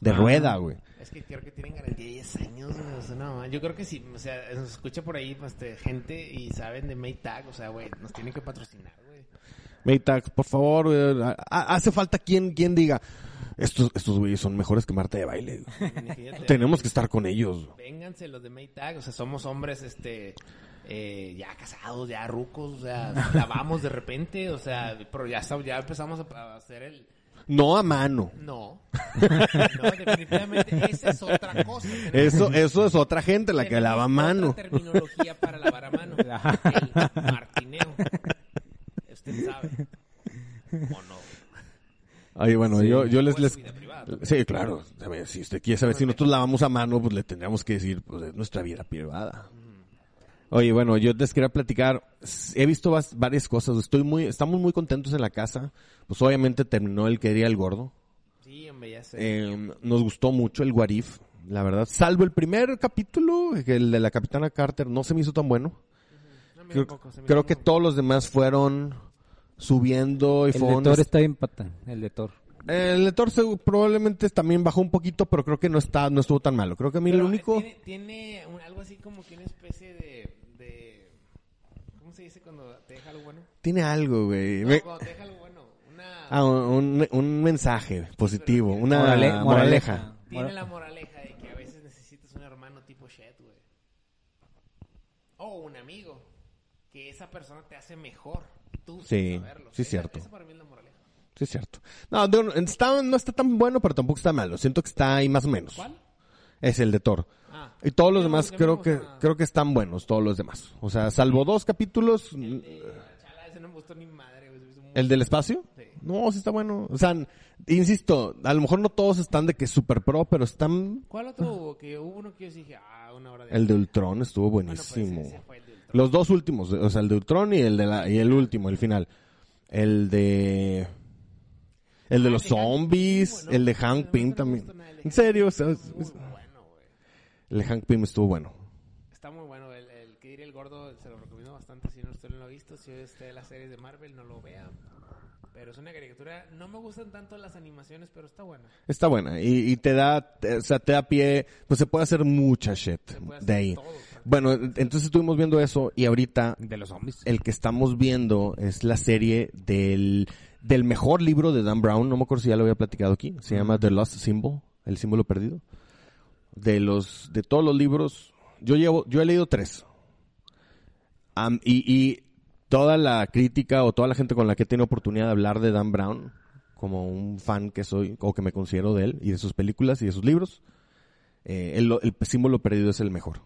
A: de
C: Ah.
A: rueda, güey.
C: Es que creo que tienen garantía de 10 años, güey. O sea, no, man. yo creo que sí, o sea, nos escucha por ahí pues, este, gente y saben de Maytag, o sea, güey, nos tienen que patrocinar, güey.
A: Maytax, por favor, güey, ha- ha- hace falta quien, quien diga, estos, estos güeyes son mejores que Marta de baile. güey.
C: <laughs> Imagínate.
A: <laughs> Tenemos que estar con ellos.
C: Vénganse los de Maytag, o sea, somos hombres, este, eh, ya casados, ya rucos, o
A: <laughs>
C: sea, lavamos de repente, o sea, pero ya, sab- ya empezamos a, a hacer el...
A: No a mano.
C: No, no, <laughs> definitivamente esa es otra cosa. Tenemos-
A: Eso, eso es otra gente la que
C: tenemos
A: lava a
C: otra
A: mano.
C: terminología para lavar
A: <laughs>
C: a mano. El martineo. Usted sabe. O no.
A: Ahí, bueno, yo, yo les,
C: Pues,
A: les...
C: vida privada.
A: Sí, claro. A ver, si usted quiere saber si nosotros lavamos a mano, pues le tendríamos que decir, pues es nuestra vida privada. Oye, bueno, yo les quería platicar. S- He visto vas- varias cosas. Estoy muy, estamos muy contentos en la casa. Pues obviamente terminó el que diría el gordo.
C: Sí, hombre, ya sé.
A: Eh, nos gustó mucho el Guarif, la verdad. Salvo el primer capítulo, el de la Capitana Carter, no se me hizo tan bueno.
C: No, mira,
A: Creo,
C: tampoco, se me
A: creo
C: hizo
A: que
C: muy-
A: todos los demás fueron subiendo y
B: El
A: fue
B: de
A: un
B: Thor está bien pata, el de Thor.
A: el lector se- probablemente también bajó un poquito, pero creo que no está, no estuvo tan malo. Creo que a mí
C: Pero, eh,
A: lo único.
C: Tiene, tiene un- algo así como que una especie de, de- ¿Cómo se dice cuando te deja algo bueno?
A: Tiene algo, güey.
C: No,
A: Me-
C: cuando te deja algo bueno. Una...
A: ah, un, un mensaje positivo, una
B: Morale-
A: moraleja.
C: tiene
B: Mora-
C: la moraleja de que a veces necesitas un hermano tipo Shed, güey. O un amigo. Que esa persona te hace mejor. Tú
A: Sí,
C: sin saberlo.
A: sí,
C: Esa-
A: cierto.
C: Esa para mí es la moraleja.
A: Sí, es cierto. No, de- está- no está tan bueno, pero tampoco está malo. Siento que está ahí más o menos.
C: ¿Cuál?
A: Es el de Thor.
C: Ah.
A: Y todos los
C: No,
A: demás
C: porque a mí
A: creo
C: me
A: que
C: gusta-
A: creo que están buenos, todos los demás. O sea, salvo dos capítulos,
C: Chala, ese no me gustó ni madre, güey. se me hizo muy-
A: ¿El del espacio?
C: Sí.
A: No, sí está bueno. O sea, n- insisto, a lo mejor no todos están de que super pro, pero están...
C: ¿Cuál otro hubo? Que hubo uno que yo dije, ah, una hora de...
A: Ah. El de Ultron estuvo
C: Bueno, pues,
A: buenísimo.
C: ese fue el de Ultron.
A: Los dos últimos, o sea, el de Ultron y el, de la, y el último, el final. El de... El de los
C: Ah, el de Hank
A: zombies,
C: Pym, ¿no?
A: el de
C: Ese no
A: Hank
C: me
A: Pym
C: gustó
A: también.
C: nada, el de
A: En
C: Hank
A: serio, o sea, es-
C: Muy bueno, güey.
A: el de Hank Pym estuvo bueno.
C: Está muy bueno. El, el que diría el gordo se lo recomiendo bastante si no usted no lo ha visto. Si usted de las series de Marvel no lo vea. Pero es una caricatura. No me gustan tanto las animaciones, pero está buena.
A: Está buena y, y te da, te- o sea, te da pie, pues se puede hacer mucha shit
C: puede hacer
A: de ahí.
C: todo.
A: Bueno, entonces estuvimos viendo eso y ahorita
B: De los zombies.
A: el que estamos viendo es la serie del, del mejor libro de Dan Brown. No me acuerdo si ya lo había platicado aquí. Se llama The Lost Symbol, el símbolo perdido. De los, de todos los libros, yo llevo, yo he leído tres. Am- y, y toda la crítica o toda la gente con la que he tenido oportunidad de hablar de Dan Brown, como un fan que soy o que me considero de él y de sus películas y de sus libros, eh, el, el símbolo perdido es el mejor.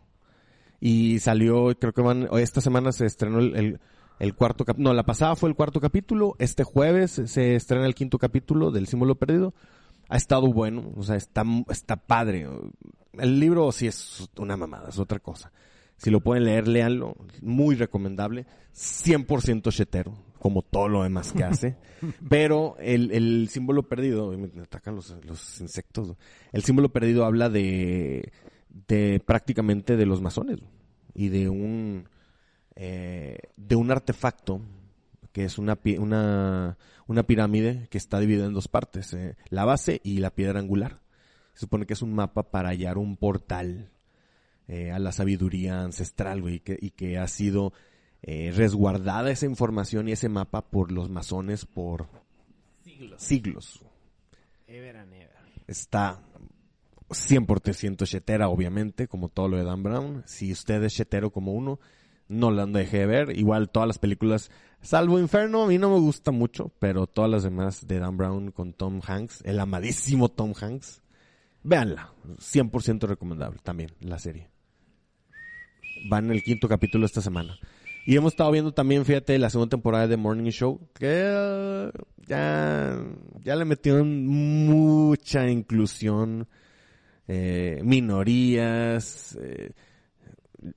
A: Y salió, creo que van, esta semana se estrenó el, el, el cuarto capítulo, no, la pasada fue el cuarto capítulo, este jueves se estrena el quinto capítulo del símbolo perdido. Ha estado bueno, o sea, está, está padre. El libro sí es una mamada, es otra cosa. Si lo pueden leer, léanlo. Muy recomendable. 100% chetero, como todo lo demás que hace. Pero el, el símbolo perdido, Ay, me atacan los, los insectos. El símbolo perdido habla de, de prácticamente de los masones y de un, eh, de un artefacto que es una, pi- una, una pirámide que está dividida en dos partes, eh, la base y la piedra angular. Se supone que es un mapa para hallar un portal eh, a la sabiduría ancestral, güey, que- y que ha sido eh, resguardada esa información y ese mapa por los masones por
C: Siglos.
A: siglos.
C: Ever and ever.
A: Está 100% chetera, obviamente, como todo lo de Dan Brown. Si usted es chetero como uno, no la deje de ver. Igual todas las películas, salvo Inferno, a mí no me gusta mucho, pero todas las demás de Dan Brown con Tom Hanks, el amadísimo Tom Hanks, véanla. 100% recomendable también la serie. Va en el quinto capítulo esta semana. Y hemos estado viendo también, fíjate, la segunda temporada de Morning Show, que eh, ya, ya le metieron mucha inclusión, eh, minorías, eh,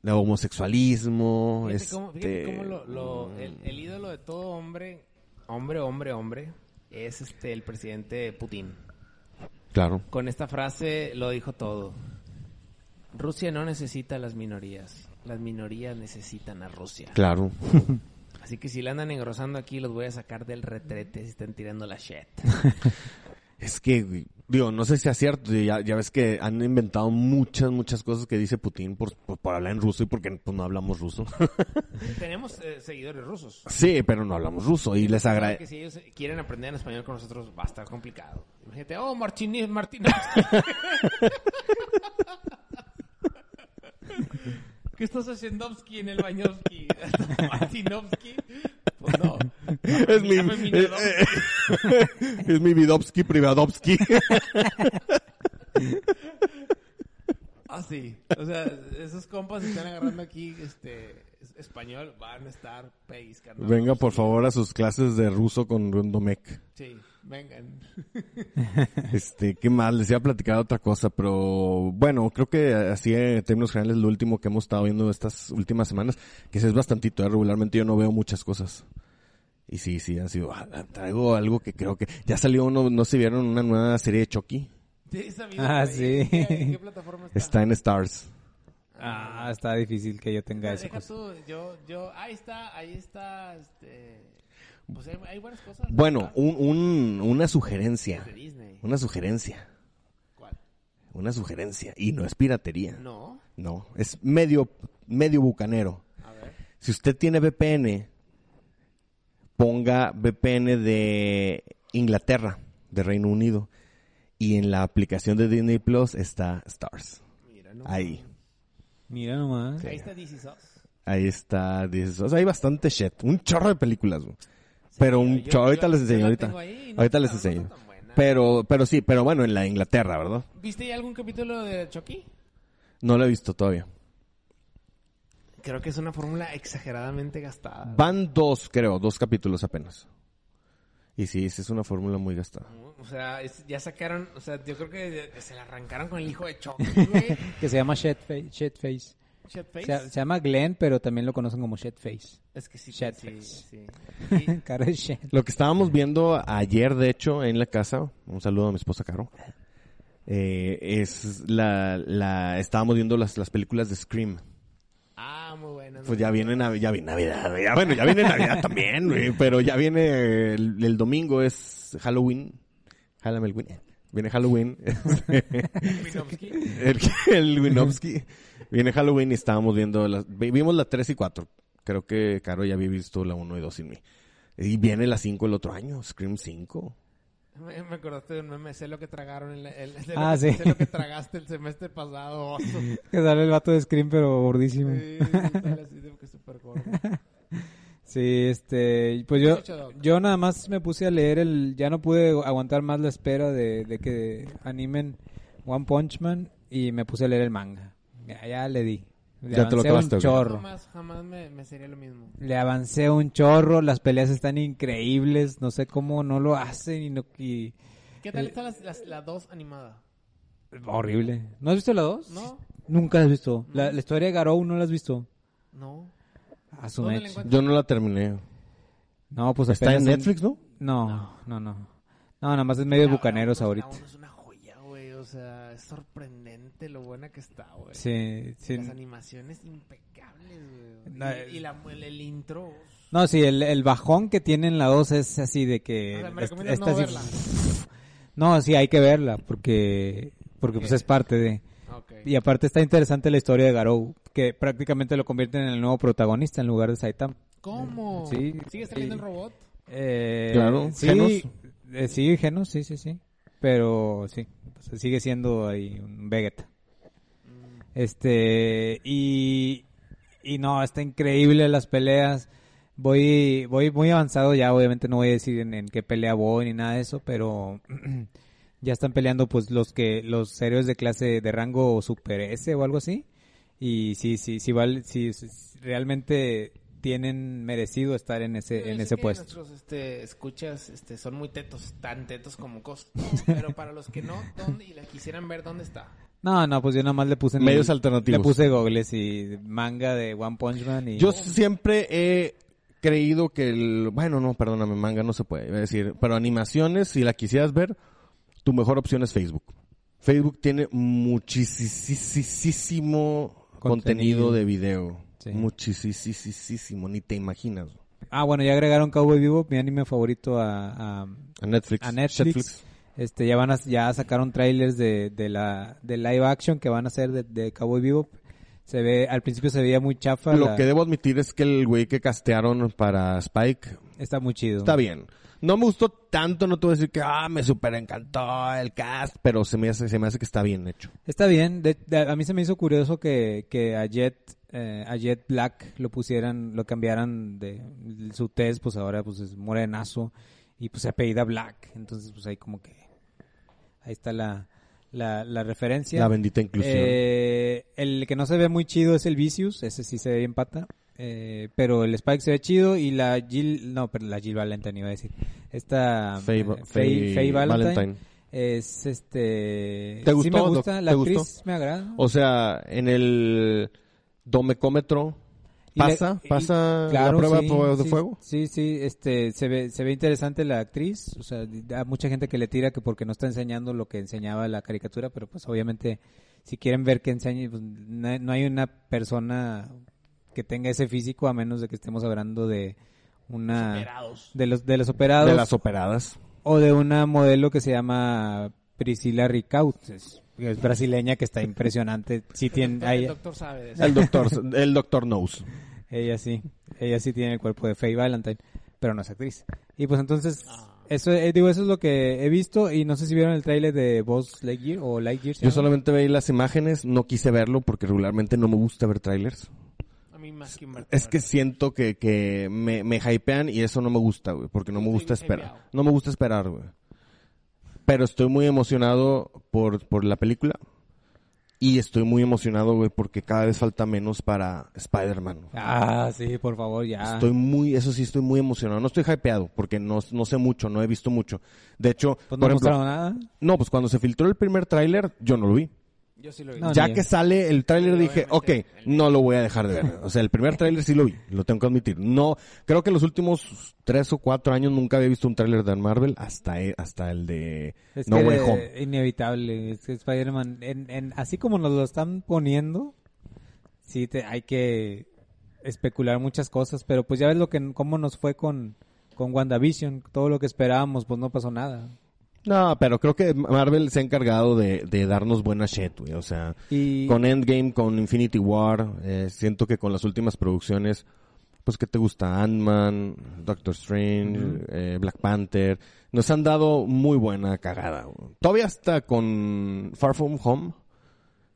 A: el homosexualismo.
C: Fíjate cómo, fíjate
A: este,
C: cómo lo- lo- el, el ídolo de todo hombre, hombre, hombre, hombre, es este el presidente Putin.
A: Claro.
C: Con esta frase lo dijo todo. Rusia no necesita a las minorías. Las minorías necesitan a Rusia.
A: Claro.
C: Así que si la andan engrosando aquí, los voy a sacar del retrete si están tirando la shit.
A: <laughs> Es que, güey, digo, no sé si es cierto. Ya, ya ves que han inventado muchas, muchas cosas que dice Putin por, por, por hablar en ruso y porque pues, no hablamos ruso. <laughs>
C: Tenemos eh, seguidores rusos.
A: sí, pero no hablamos ruso y les
C: Saben
A: agradezco.
C: que si ellos quieren aprender en español con nosotros va a estar complicado. Imagínate, oh, Martínez, Martínez. <laughs> ¿Qué estás haciendo en el Bañovsky? <laughs> ¿Martinovsky? Pues no.
A: <laughs> Es mi,
C: Ya fue mi
A: eh, eh, <laughs> es mi Vidovsky Privadovsky.
C: Haz Ah, sí. O sea, esos compas que están agarrando aquí este es- español van a estar pellizcando.
A: <laughs> Venga, por favor, a sus clases de ruso con Rondomec.
C: Sí, vengan. <laughs>
A: Este, qué mal, les iba a platicar otra cosa, pero bueno, creo que así en términos generales lo último que hemos estado viendo estas últimas semanas, que sí es bastantito, ¿eh? regularmente yo no veo muchas cosas. Y sí, sí, han sido, ah, traigo algo que creo que ya salió uno, no se vieron una nueva serie de Chucky,
C: Sí, he sabido
B: Ah,
C: por ahí.
B: sí.
C: ¿Qué, en qué
A: <laughs>
C: plataforma está?
A: está en Stars.
B: Ah, está difícil que yo tenga
C: Pero
B: eso.
C: deja tú, yo, yo, ahí está, ahí está, este, pues hay, hay buenas cosas.
A: Bueno,
C: Ah,
A: un, un- una sugerencia,
C: de Disney.
A: una sugerencia,
C: ¿Cuál?
A: una sugerencia, y no es piratería.
C: No,
A: No, es medio, medio bucanero.
C: a ver.
A: Si usted tiene VPN, ponga VPN de Inglaterra, de Reino Unido. Y en la aplicación de Disney Plus está Stars.
C: Mira, no.
A: Ahí.
B: Mira nomás.
C: Ahí está DC Sos.
A: Ahí está. Dices, o sea, hay bastante shit. Un chorro de películas, güey. Pero un chorro. Ahorita les enseño, ahorita. Ahorita les enseño. Pero, pero sí, pero bueno, en la Inglaterra, ¿verdad?
C: ¿Viste ya algún capítulo de Chucky?
A: No lo he visto todavía.
C: Creo que es una fórmula exageradamente gastada.
A: Van dos, creo, dos capítulos apenas. Y sí, sí es una fórmula muy gastada.
C: O sea, es- ya sacaron, o sea, yo creo que se la arrancaron con el hijo
A: <laughs>
C: de Chucky, güey.
B: Que se llama Shedface. Shedface.
C: Shitface.
B: Se, se llama Glenn, pero también lo conocen como <laughs> Shedface.
C: es que sí, sí,
A: <laughs>
B: Shitface.
C: sí.
B: Cara de Shed.
A: Lo que estábamos viendo ayer, de hecho, en la casa, un saludo a mi esposa Caro, eh, es la, la, estábamos viendo las, las películas de Scream.
C: Ah, muy buena.
A: Pues ya viene, Nav- ya viene Navidad, güey. Ya, bueno, ya viene Navidad también, güey, pero ya viene el, el domingo, es Halloween, Jálame el Win- viene Halloween, el, <laughs> el Winowski, viene Halloween y estábamos viendo, las, vi- vimos la 3 y 4, creo que Caro ya había visto la 1 y 2 sin mí. Y viene la 5 el otro año, Scream 5.
C: Me, me acordaste de un meme, sé lo que tragaron en la- el, sé lo
B: Ah,
C: que-
B: sí.
C: sé lo que tragaste el semestre pasado.
B: <laughs>
C: oso. Sí,
B: <laughs> Que sale el vato de Scream, pero gordísimo.
C: tal así de que súper gordo.
B: Sí, este, pues
C: ¿Qué
B: yo,
C: has hecho, Doc?
B: yo nada más me puse a leer el, ya no pude aguantar más la espera de, de que animen One Punch Man y me puse a leer el manga. Ya, ya le di. Le
A: Ya te lo
B: avancé
A: acabaste,
B: un
A: ok.
B: chorro.
C: Jamás, jamás me, me sería lo mismo.
B: Le avancé un chorro, las peleas están increíbles, no sé cómo no lo hacen y no, y-
C: ¿Qué
B: Eh,
C: tal está las- las- la, dos animada?
B: horrible. ¿No has visto la 2?
C: No.
B: Nunca la has visto. La, la historia de Garou no la has visto.
C: No.
B: A su
C: ¿Dónde la
B: mecha.
C: encuentras?
A: Yo no la terminé.
B: No, pues
A: Está en
B: apenas son-
A: Netflix, ¿no?
B: No, no, no. No, nada más es medio
C: La- la
B: bucaneros
C: uno-
B: ahorita.
C: La uno es una joya, güey. O sea, es sorprendente lo buena que está, güey.
B: Sí, sí.
C: Las animaciones impecables, güey.
B: No,
C: y y la- el, el intro.
B: No, sí, el, el bajón que tiene en la 2 es así de que...
C: O sea, me
B: est-
C: recomiendas no
B: sí-
C: verla.
B: No, sí, hay que verla porque, porque pues es parte de...
C: Ok.
B: Y aparte está interesante la historia de Garou, que prácticamente lo convierten en el nuevo protagonista en lugar de Saitama.
C: ¿Cómo?
B: Sí.
C: ¿Sigue saliendo el robot?
B: Eh,
A: Claro,
B: sí,
A: Genos.
B: eh, sí, Genos, sí, sí, sí. Pero sí, pues, sigue siendo ahí un Vegeta. Este, y, y no, está increíble las peleas. Voy, voy muy avanzado ya, obviamente no voy a decir en, en qué pelea voy ni nada de eso, pero <clears throat> ya están peleando pues los que, los héroes de clase de rango super S o algo así. Y sí, sí, sí, val- sí, sí, sí, realmente tienen merecido estar en ese,
C: Yo
B: en
C: sé
B: ese
C: que
B: puesto.
C: Nuestros este, escuchas este, son muy tetos, tan tetos como cosas. Pero para los que no, ¿dónde? Y la quisieran ver, ¿dónde está?
B: No, no, pues yo nada más le puse... en
A: Medios
B: el-
A: alternativos.
B: Le puse Googles y manga de One Punch Man y...
A: Yo siempre he creído que el... Bueno, no, perdóname, manga no se puede iba a decir. Pero animaciones, si la quisieras ver, tu mejor opción es Facebook. Facebook tiene muchísimo contenido.
B: Contenido.
A: de video.
B: Sí.
A: Muchísimo, ni te imaginas.
B: Ah, bueno, ya agregaron Cowboy Bebop, mi anime favorito a, a,
A: A Netflix.
B: a Netflix. Este, ya van a, ya sacaron trailers de, de la, de live action que van a hacer de, de Cowboy Bebop. Se ve, al principio se veía muy chafa.
A: Lo
B: la-
A: que debo admitir es que el güey que castearon para Spike
B: Está muy chido.
A: Está bien. No me gustó tanto, no te voy a decir que ah, me super encantó el cast, pero se me hace, se me hace que está bien hecho.
B: Está bien. de- de- a mí se me hizo curioso que, que a, Jet, eh, a Jet Black lo pusieran, lo cambiaran de su test, pues ahora pues es morenazo y pues se apellida Black. Entonces pues ahí como que ahí está la, la, la referencia.
A: La bendita inclusión.
B: Eh, el que no se ve muy chido es el Vicious, ese sí se ve bien pata. Eh, pero el Spike se ve chido y la Jill, no, pero la Jill Valentine iba a decir. Esta
A: Faye
B: eh,
A: Va-
B: Faye-
A: Faye
B: Faye Valentine,
A: Valentine.
B: es este
A: ¿Te
B: sí
A: gustó,
B: me
A: Doc?
B: gusta, la
A: ¿Te
B: actriz
A: gustó?
B: me agrada.
A: O sea, en el domecómetro
B: Y la-
A: pasa,
B: y-
A: pasa
B: claro,
A: la prueba
B: sí,
A: de fuego- de
B: sí,
A: fuego.
B: Sí, sí, este se ve se ve interesante la actriz, o sea, hay mucha gente que le tira que porque no está enseñando lo que enseñaba la caricatura, pero pues obviamente si quieren ver que enseñe, pues, na- no hay una persona que tenga ese físico a menos de que estemos hablando de una
C: Operados.
B: de los de los operados
A: De las operadas.
B: o de una modelo que se llama Priscila Ricaut, es, es brasileña que está impresionante. Sí
C: <laughs>
B: tiene
C: El
B: hay-
C: doctor sabe de eso.
A: El doctor, el doctor knows.
B: Ella sí, ella sí tiene el cuerpo de Faye Valentine, pero no es actriz. Y pues entonces, eso eh, digo, eso es lo que he visto y no sé si vieron el tráiler de Boss Lightyear o Lightyear. ¿se
A: Yo
B: llama?
A: solamente veía las imágenes, no quise verlo porque regularmente no me gusta ver trailers.
C: A mí más que invertir.
A: Es que siento que, que me, me hypean y eso no me gusta, güey, porque no me gusta
C: Estoy bien
A: esperar.
C: hypeado.
A: No me gusta esperar, güey. Pero estoy muy emocionado por, por la película y estoy muy emocionado, güey, porque cada vez falta menos para Spider-Man. güey.
B: Ah, sí, por favor, ya.
A: Estoy muy, eso sí, estoy muy emocionado. No estoy hypeado porque no, no sé mucho, no he visto mucho. De hecho,
B: Pues no
A: por ejemplo,
B: mostraron nada.
A: no, pues cuando se filtró el primer tráiler, yo no lo vi.
C: Yo sí lo vi.
B: No,
A: ya
B: ni-
A: que sale el tráiler
C: Sí,
A: dije, ok,
C: obviamente, el-
A: no lo voy a dejar de ver. O sea, el primer tráiler sí lo vi, lo tengo que admitir. No, creo que en los últimos tres o cuatro años nunca había visto un tráiler de Marvel hasta, e- hasta el de
B: Es
A: No
B: que
A: Way
B: era
A: Home.
B: inevitable, es que Spider-Man, en, en- así como nos lo están poniendo, sí te, hay que especular muchas cosas, pero pues ya ves lo que, cómo nos fue con, con WandaVision, todo lo que esperábamos, pues no pasó nada.
A: No, pero creo que Marvel se ha encargado de, de darnos buena shit, güey. O sea,
B: Y...
A: con Endgame, con Infinity War, eh, siento que con las últimas producciones, pues que te gusta Ant-Man, Doctor Strange, eh, Black Panther, nos han dado muy buena cagada. güey. Todavía hasta con Far From Home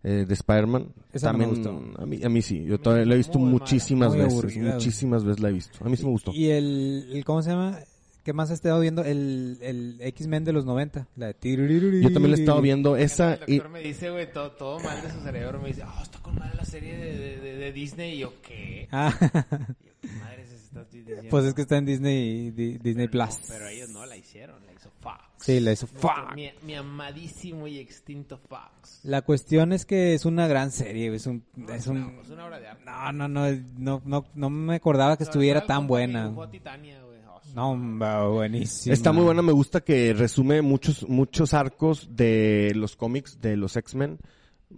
A: eh, de Spider-Man.
B: Esa no me
A: A, mí, a mí sí, yo todavía la he visto
C: Muy mala.
A: muchísimas
B: Muy
A: veces,
B: aburrida, güey.
A: muchísimas veces la he visto. A mí sí me gustó.
B: Y el, el- ¿cómo se llama? ¿Qué más he estado viendo? El, el X-Men de los 90, la de tiririri.
A: Yo también la he estado viendo esa
C: El
A: y
C: doctor me dice, güey, todo, todo mal de su cerebro. Me dice, oh, está con mal la serie de, de- de- de Disney. Y yo, ¿qué?
B: Ah, <laughs>
C: Madre, se está diciendo.
B: pues es que está en Disney Di- Disney
C: Pero no,
B: Plus.
C: pero ellos no la hicieron, la hizo Fox.
B: Sí, la hizo
C: Nuestro-
B: Fox.
C: Mi, mi amadísimo y extinto Fox.
B: La cuestión es que es una gran serie, es un es
C: No,
B: un
C: es Pues una obra de arte.
B: no, no, no, no, no, no me acordaba que
C: Sobre
B: estuviera
C: todo el
B: tan
C: compa que
B: buena.
C: dibujó a Titania, güey. Oh, su-
B: No, hombre, buenísima.
A: Está muy buena, me gusta que resume muchos, muchos arcos de los cómics de los X-Men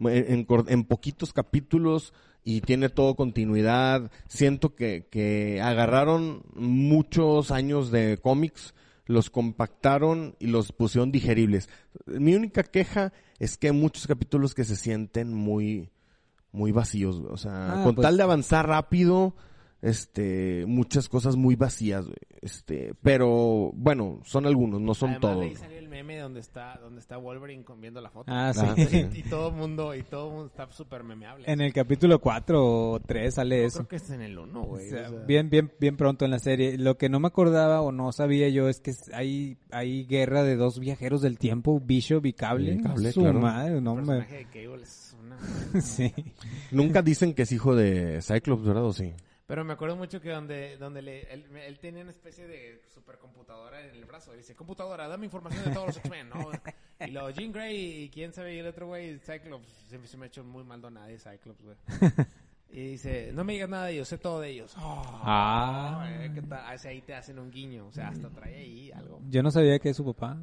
A: en, en cor- en poquitos capítulos y tiene todo continuidad. Siento que, que agarraron muchos años de cómics, los compactaron y los pusieron digeribles. Mi única queja es que hay muchos capítulos que se sienten muy, muy vacíos, güey. o sea,
B: Ah,
A: con
B: pues.
A: tal de avanzar rápido, este, muchas cosas muy vacías, güey. este, pero bueno, son algunos, no son
C: Además, de
A: todos.
C: ahí salió el meme donde está, donde está Wolverine con- viendo la foto.
B: Ah, sí.
A: Ah, sí.
C: <laughs> Y, y todo el mundo, y todo mundo está súper memeable.
B: <laughs> En el capítulo 4 o 3 sale
C: Yo
B: eso.
C: creo que es en el 1,
A: pues,
C: güey.
B: O sea,
C: o sea.
B: bien, bien, bien pronto en la serie. Lo que no me acordaba o no sabía yo es que hay, hay guerra de dos viajeros del tiempo, Bishop y Cable.
A: Sí, Cable,
B: Su
A: claro.
B: madre, no
C: El
B: me...
C: personaje de Cable es
B: <laughs>
C: una...
B: Sí.
A: <laughs> Nunca dicen que es hijo de Cyclops, ¿verdad? ¿O sí?
C: Pero me acuerdo mucho que donde, donde le- él, él tenía una especie de supercomputadora en el brazo. Y dice, computadora, dame información de todos los X-Men, ¿no? Y luego Jean Grey y quién sabe, y el otro güey, Cyclops. Siempre se me ha hecho muy mal donada de
B: <laughs>
C: Cyclops, güey. Y dice, no me digas nada de ellos, sé todo de ellos. Oh,
B: Ah.
C: eh, ¿qué tal? Ah, sí, ahí te hacen un guiño. O sea, hasta trae ahí algo.
B: Yo no sabía que es su papá.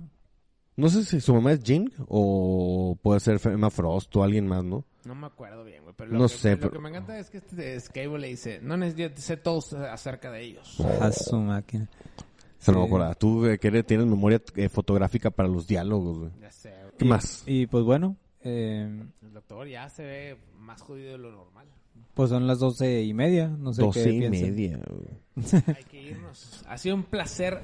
A: No sé si su mamá es Jean o puede ser Emma Frost o alguien más, ¿no?
C: No me acuerdo bien, güey. Pero lo,
A: No
C: que,
A: sé,
C: lo
A: pero-
C: que me encanta es que este es Cable le dice, no necesito, sé todo acerca de ellos.
A: Oh.
B: A su máquina.
A: Se lo acordaba. Tú eh, que eres- tienes memoria eh, fotográfica para los diálogos, güey.
C: Ya sé, güey.
A: ¿Qué más?
B: Y pues bueno, eh,
C: El doctor ya se ve más jodido de lo normal.
B: pues son las doce y media. No sé
A: Doce
B: qué
A: y
B: piensan.
A: media, güey.
C: Hay que irnos. <laughs> Ha sido un placer.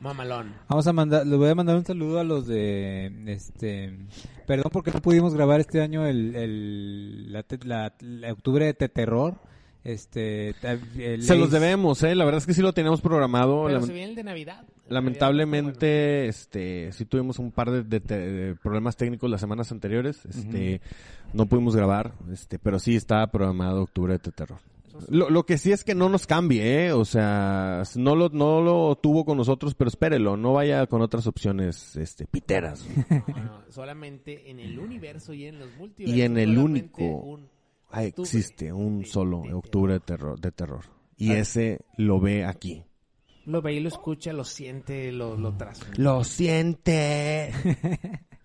C: Mamalón.
B: Vamos a mandar, les voy a mandar un saludo a los de, este, perdón porque no pudimos grabar este año el, el- la, te- la- la octubre de Terror. Este, ta- el-
A: Se los debemos, ¿eh? La verdad es que sí lo teníamos programado.
C: Pero
A: lamen-
C: se viene el de Navidad.
A: Lamentablemente, este, sí tuvimos un par de, de- de problemas técnicos las semanas anteriores. Este, no pudimos grabar, este, pero sí estaba programado octubre de terror. Lo, lo que sí es que no nos cambie, ¿eh? o sea, s- no lo, no lo tuvo con nosotros, pero espérelo, no vaya con otras opciones, este, piteras. <laughs>
C: No, no, solamente en el universo y en los multiversos.
A: Y en el
C: solamente
A: único.
C: un-
A: Ah,
C: Octubre
A: existe un
C: de-
A: solo
C: de
A: octubre de terror, de terror. Y ese lo ve aquí.
C: Lo ve y lo escucha, lo siente, lo, lo transmite.
A: Lo siente.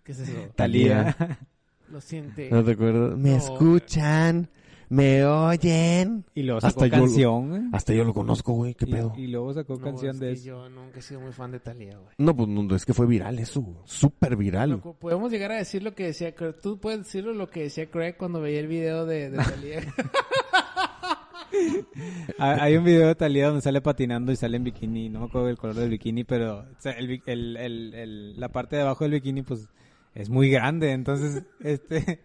C: ¿Qué es eso?
A: <laughs> Talía.
C: Lo siente.
A: <laughs> ¿No te acuerdas? Me
C: No.
A: escuchan, me oyen.
B: Y luego sacó
A: Hasta yo lo-
B: canción. güey.
A: Hasta yo lo conozco, güey, Ah, qué
B: Y-
A: pedo.
B: Y, luego sacó
C: No,
B: canción
C: es
B: de
C: que
B: eso.
C: Yo nunca he sido muy fan de Talía, güey.
A: No, pues no, es que fue viral eso, güey. súper viral.
C: Loco, Podemos llegar a decir lo que decía Craig. Tú puedes decir lo que decía Craig cuando veía el video de,
A: <laughs>
C: de Talía.
B: Ah, Hay un video de Talía donde sale patinando y sale en bikini. No me acuerdo del color del bikini, pero o sea, el bi- el- el- el- la parte de abajo del bikini, pues es muy grande.
C: <laughs>
B: Entonces, este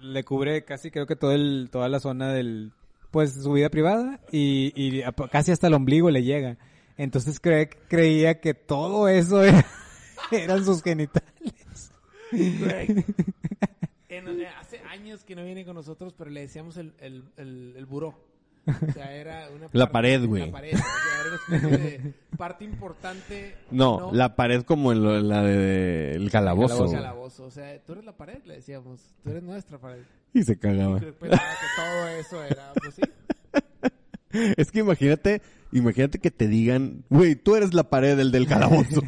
B: le cubre casi creo que todo el, toda la zona del, pues su vida privada y, y a- casi hasta el ombligo le llega. Entonces Craig creía que todo eso era- <laughs> eran sus genitales.
C: En- eh, hace años que no viene con nosotros, pero le decíamos el, el, el, el buró. O sea, era una
A: La
C: parte-
A: pared, güey.
C: La pared. O sea, era una especie de parte importante.
A: No, la pared como en lo- la de, de- el calabozo.
C: calabozo.
A: güey.
C: calabozo. O sea, tú eres la pared, le decíamos. Tú eres nuestra pared.
A: Y se
C: Y
A: cagaba.
C: Craig pensaba que todo eso era, pues sí.
A: Es que imagínate, imagínate que te digan, güey, tú eres la pared del del
C: <laughs>
A: calabozo.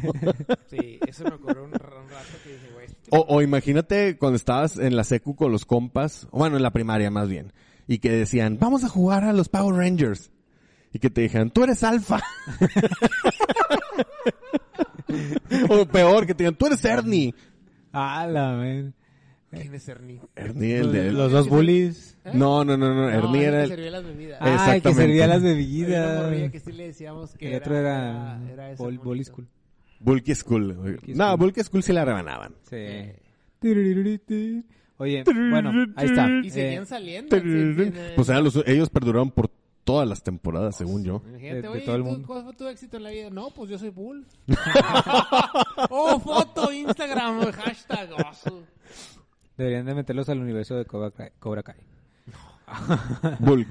C: Sí, eso me ocurrió un, ra- un rato que dije, güey. este-
A: O, o imagínate cuando estabas en la secu con los compas, o bueno, en la primaria más bien, y que decían, vamos a jugar a los Power Rangers. Y que te dijeran, tú eres alfa. <laughs> o peor, que te digan, tú eres Ernie.
B: ¡Ala, Ah, men!
C: ¿Quién es Ernie?
A: Ernie, el
B: Los,
A: de... ¿Eh?
B: los dos bullies.
A: No, no, no, no,
C: No,
A: Ernie era
C: que
A: el...
C: servía las bebidas.
A: Ah,
B: Ay, que
A: Exactamente.
B: servía las
C: Había una
B: bebidas.
C: morrilla que sí le decíamos que
B: el otro era,
C: ese
B: Bol-
C: monito.
B: Bully School.
A: Bulky School. No,
B: School.
A: Bulky School sí la rebanaban.
B: Sí. Tiririritir. Oye, bueno, ahí está.
C: Y
B: Eh, <laughs>
C: seguían saliendo. sí, sí, sí.
A: Pues eran los- ellos perduraron por todas las temporadas, según yo.
C: Imagínate,
B: de- de
C: oye,
B: todo el
C: ¿tú-
B: mundo.
C: ¿cuál fue tu éxito en la vida? No, pues yo
B: <laughs>
C: soy Bull. oh, foto, Instagram, hashtag. oh, su-
B: deberían de meterlos al universo de Cobra Kai. Cobra Kai.
A: Bulk.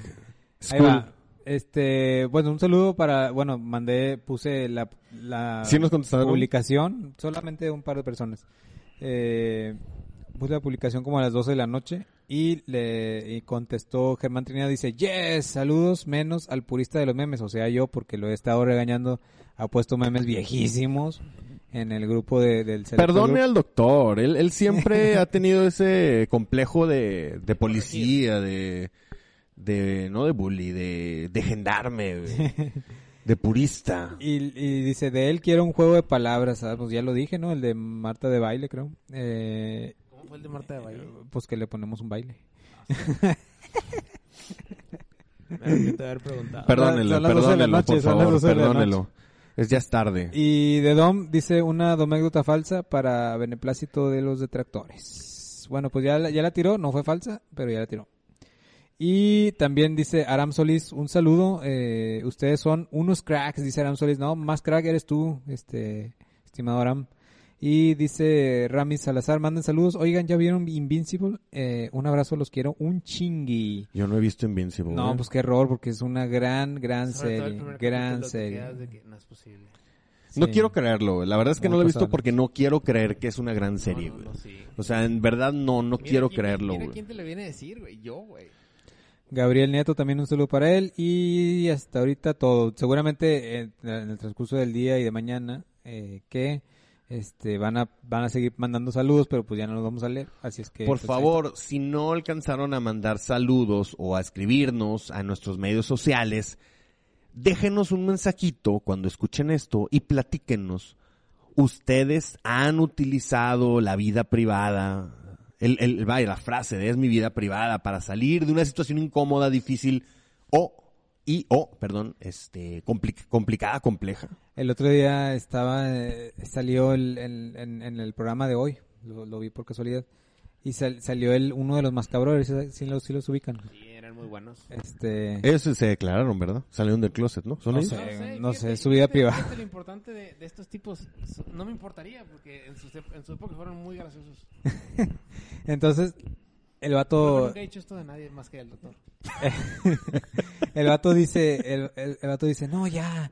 B: Ahí va.
A: School.
B: Este, bueno, un saludo para, bueno, mandé, puse la, la
A: ¿Sí nos contestaron?
B: publicación, solamente un par de personas. Eh, puse la publicación como a las 12 de la noche y le y contestó Germán Trinidad, dice, yes, saludos menos al purista de los memes, o sea, yo porque lo he estado regañando, ha puesto memes viejísimos en el grupo de, del... selecto
A: Perdone
B: grupo.
A: al doctor, él, él
B: <laughs>
A: siempre ha tenido ese complejo de, de policía, de, de, no de bully, de, de gendarme, güey. de purista.
B: Y, y dice, de él quiero un juego de palabras, ah, pues ya lo dije, ¿no? El de Marta de baile, creo. Eh,
C: ¿Cómo fue el de Marta de Baile?
A: <laughs>
B: pues que le ponemos un baile.
A: Perdónelo,
B: Son las doce de la
A: perdónelo,
B: noche,
A: por
B: son las
A: favor,
B: doce de la
A: perdónelo.
B: noche.
A: Es ya es tarde.
B: Y de Dom dice una domécdota falsa para beneplácito de los detractores. Bueno, pues ya, la- ya la tiró, no fue falsa, pero ya la tiró. Y también dice Aram Solís, un saludo. eh, ustedes son unos cracks, dice Aram Solís. No, más crack eres tú, este, estimado Aram. Y dice Rami Salazar, manden saludos. Oigan, ¿ya vieron Invincible? Eh, un abrazo, los quiero. Un chingui.
A: Yo no he visto Invincible. ¿eh?
B: No,
A: güey.
B: pues qué error, porque es una gran, gran
C: Sobre todo el
B: serie.
C: primer
B: Gran
C: capítulo, te
B: serie.
C: quedas de que No es posible.
A: No
B: Sí.
A: quiero creerlo, güey. la verdad es que
B: Muy
A: no lo he visto
B: pasable.
A: porque no quiero creer que es una gran
C: No,
A: serie,
C: no,
A: güey.
C: no, sí.
A: O sea, en verdad no, no
C: Mira
A: quiero
C: quién te-
A: creerlo,
C: Mira
A: güey.
C: quién te lo viene a decir, güey. Yo, güey.
B: Gabriel Nieto también un saludo para él y hasta ahorita todo. Seguramente eh, en el transcurso del día y de mañana eh, que este van a van a seguir mandando saludos, pero pues ya no los vamos a leer, así es que
A: Por
B: pues,
A: favor, si no alcanzaron a mandar saludos o a escribirnos a nuestros medios sociales, déjenos un mensajito cuando escuchen esto y platíquenos. Ustedes han utilizado la vida privada, el, el- vaya, la frase de es mi vida privada para salir de una situación incómoda, difícil o y o, perdón, este compli- complicada, compleja.
B: ahí está. el otro día estaba eh, salió el, el- en, en el programa de hoy, lo, lo vi por casualidad y sal- salió el uno de los más cabrones, si los, sí los ubican.
C: Sí, era eran muy buenos.
B: Este,
A: Ellos se declararon, ¿verdad? Salieron del closet, ¿no? ¿Son
B: No
A: ellos?
B: sé. no sé, su vida privada.
C: fíjate Lo importante de, de estos tipos so- no me importaría porque en su, en su época fueron muy graciosos.
B: entonces, el
C: Pero
B: vato,
C: nunca he dicho esto de nadie más que el doctor.
B: el vato dice, el, el- el vato dice, no, ya,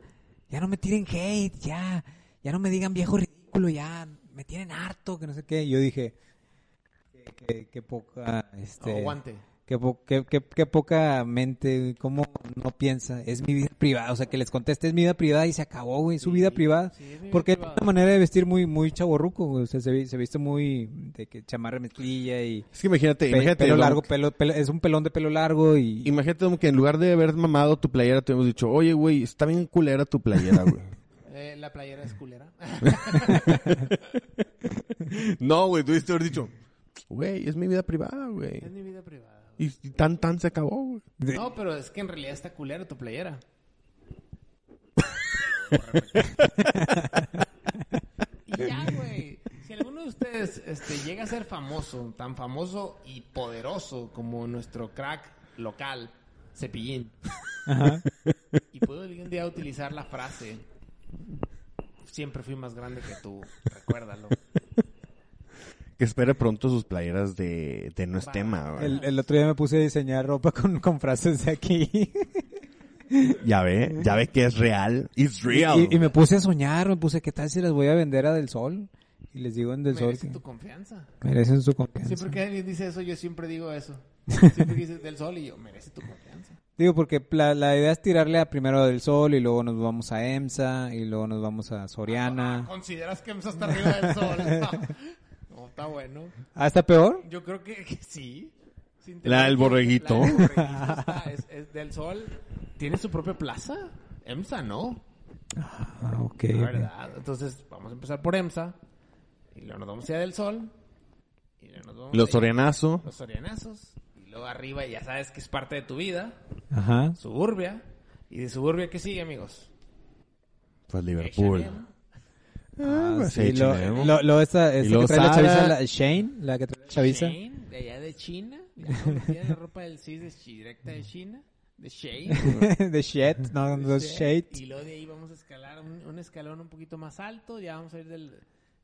B: ya no me tiren hate, ya, ya no me digan viejo ridículo, ya, me tienen harto, que no sé qué. Y yo dije, que, que- que poca, este,
C: O guante.
B: Qué, po- qué- qué- qué poca mente, ¿cómo no piensa? Es mi vida privada, o sea, que les conteste, es mi vida privada y se acabó, güey, su vida privada.
C: sí, es mi vida
B: porque es
C: privada.
B: una manera de vestir muy muy chaborruco, güey, o sea, se, vi- se viste muy de que chamarra mezclilla y
A: Es que imagínate,
B: pe-
A: imagínate.
B: pelo
A: Dom,
B: largo, pelo, pelo- es un pelón de pelo largo y...
A: Imagínate Dom, que en lugar de haber mamado tu playera, te hemos dicho, oye, güey, está bien culera tu playera, güey.
C: Eh, la playera
B: <laughs>
C: es culera.
A: <laughs> no, güey, tú diste haber dicho, güey, es mi vida privada, güey.
C: es mi vida privada.
A: Y, y tan, tan se acabó, güey.
B: de-
C: No, pero es que en realidad está culera tu playera. y ya, güey. Si alguno de ustedes este, llega a ser famoso, tan famoso y poderoso como nuestro crack local, Cepillín, y puedo algún día utilizar la frase, siempre fui más grande que tú, recuérdalo.
A: Que espere pronto sus playeras de, de no es tema, güey.
B: el, el otro día me puse a diseñar ropa con, <laughs> con frases de aquí
A: Ya ve, ya ve que es real. It's real.
B: y, y me puse a soñar, me puse, ¿qué tal si las voy a vender a Del Sol? Y les digo en Del Sol
C: Merece
B: que
C: tu confianza.
B: merecen su confianza.
C: Siempre que alguien dice eso, yo siempre digo eso. Siempre que dices del sol y yo, merece tu confianza.
B: Digo, porque la, la idea es tirarle a primero del sol y luego nos vamos a EMSA y luego nos vamos a
C: Ah,
B: Soriana.
C: ¿Consideras que está hasta arriba del sol? No, No, está bueno.
B: ¿Ah, está peor?
C: Yo creo que, que sí. Sin
A: La del
C: tener-
A: borreguito.
C: La del borreguito está- es, es del sol. ¿Tiene su propia plaza? EMSA no,
B: Ah, ok.
C: la verdad. Entonces, vamos a empezar por EMSA. Y luego nos vamos a del sol. Y luego nos vamos
A: Los
C: a-
A: Sorianazo.
C: Los orianazos. Y luego arriba ya sabes que es parte de tu vida.
B: Ajá.
C: Suburbia. ¿Y de suburbia qué sigue, amigos?
A: Pues Liverpool.
C: H&M.
B: Ah,
A: pues
B: sí,
A: ahí
B: lo,
A: chinemos.
B: lo- lo- esta,
A: Y
B: esta
A: luego
B: que trae la chaviza,
A: Sara.
B: la- Shane, la que trae la chaviza.
C: Shane, de allá de China. Ya no, metida en la ropa del CIS de chi- directa de China. De
A: <laughs>
B: <laughs>
C: Shane.
B: de Shed, no, no
C: de
B: es Shade.
C: Y luego de ahí vamos a escalar un, un escalón un poquito más alto. Ya vamos a ir del,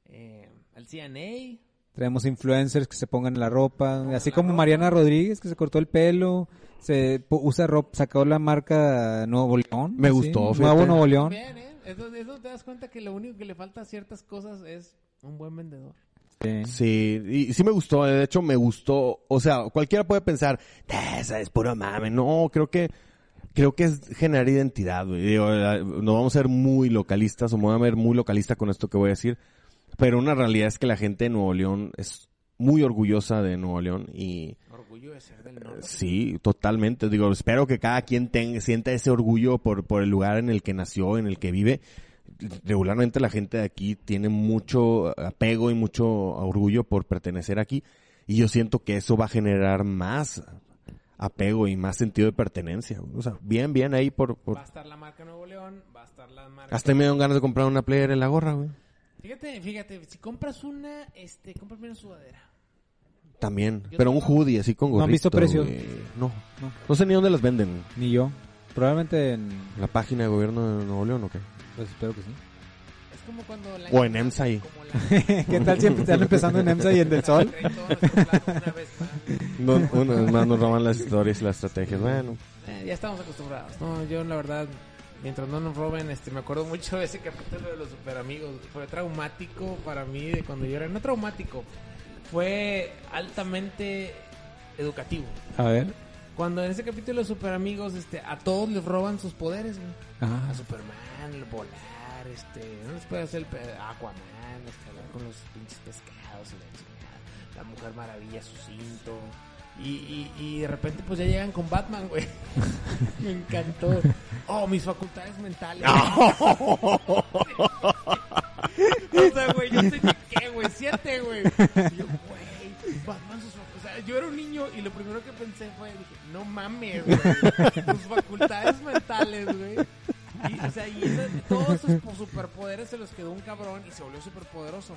C: eh, al CNA.
B: Traemos influencers que se pongan la ropa. Así
C: la
B: como
C: ropa.
B: Mariana Rodríguez, que se cortó el pelo. Se pu- usa ropa, sacó la marca Nuevo León.
A: Me
B: así,
A: gustó,
B: Nuevo
A: fíjate.
B: Nuevo León.
C: Bien, ¿eh? Eso, eso te das cuenta que lo único que le falta a ciertas cosas es un buen vendedor.
B: Sí.
A: Sí, y sí me gustó, eh, de hecho me gustó, o sea, cualquiera puede pensar, "Ah, esa es puro mame, no, creo que, creo que es generar identidad, güey. Digo, la- no vamos a ser muy localistas, o me voy a ver muy localista con esto que voy a decir, pero una realidad es que la gente de Nuevo León es muy orgullosa de Nuevo León y
C: Orgullo de ser del
A: eh,
C: norte.
A: sí, totalmente, digo, espero que cada quien tenga, sienta ese orgullo por, por el lugar en el que nació, en el que vive, regularmente la gente de aquí tiene mucho apego y mucho orgullo por pertenecer aquí y yo siento que eso va a generar más apego y más sentido de pertenencia. O sea, bien, bien ahí por... por-
C: Va a estar la marca Nuevo León. Va a estar la marca.
A: Hasta me dieron ganas de comprar una player en la gorra, güey.
C: Fíjate, fíjate. Si compras una, este, cómprame una sudadera.
A: También. Pero un hoodie así con
B: ¿No
A: gorrito.
B: han visto precio?
A: güey. No.
B: No.
A: No sé ni dónde las venden.
B: Ni yo. Probablemente en...
A: ¿La página de gobierno de Nuevo León o qué?
B: Pues espero que sí.
C: Es como cuando la.
A: O en EMSA ahí.
C: Como la.
B: ¿Qué tal siempre están empezando en EMSA y en Del Sol?
C: <laughs> Trae todo nuestro plan una vez
B: <laughs>
C: más.
A: No, una vez más nos roban las historias y las estrategias. Bueno.
C: Eh, ya estamos acostumbrados. No, yo la verdad, mientras no nos roben, este, me acuerdo mucho de ese capítulo de los super amigos. Fue traumático para mí de cuando yo era. No traumático, fue altamente educativo.
B: A ver.
C: Cuando en ese capítulo de super amigos, este, a todos les roban sus poderes, güey.
B: Ah, <laughs>
C: A Superman, el volar, este, no les puede hacer el pe- Aquaman, este, hablar con los pinches pescados y la chingada. La Mujer Maravilla, su cinto. Y, y, y de repente pues ya llegan con Batman, güey. <laughs> Me encantó. Oh, mis facultades mentales. O sea, güey, yo tenía que, güey, siete, güey. Y yo, güey, Batman sus facultades. O sea, yo era un niño y lo primero que pensé fue, dije, no mames, güey. Sus facultades mentales, güey. Y, o sea, y esa- todos sus po- superpoderes se los quedó un cabrón y se volvió superpoderoso.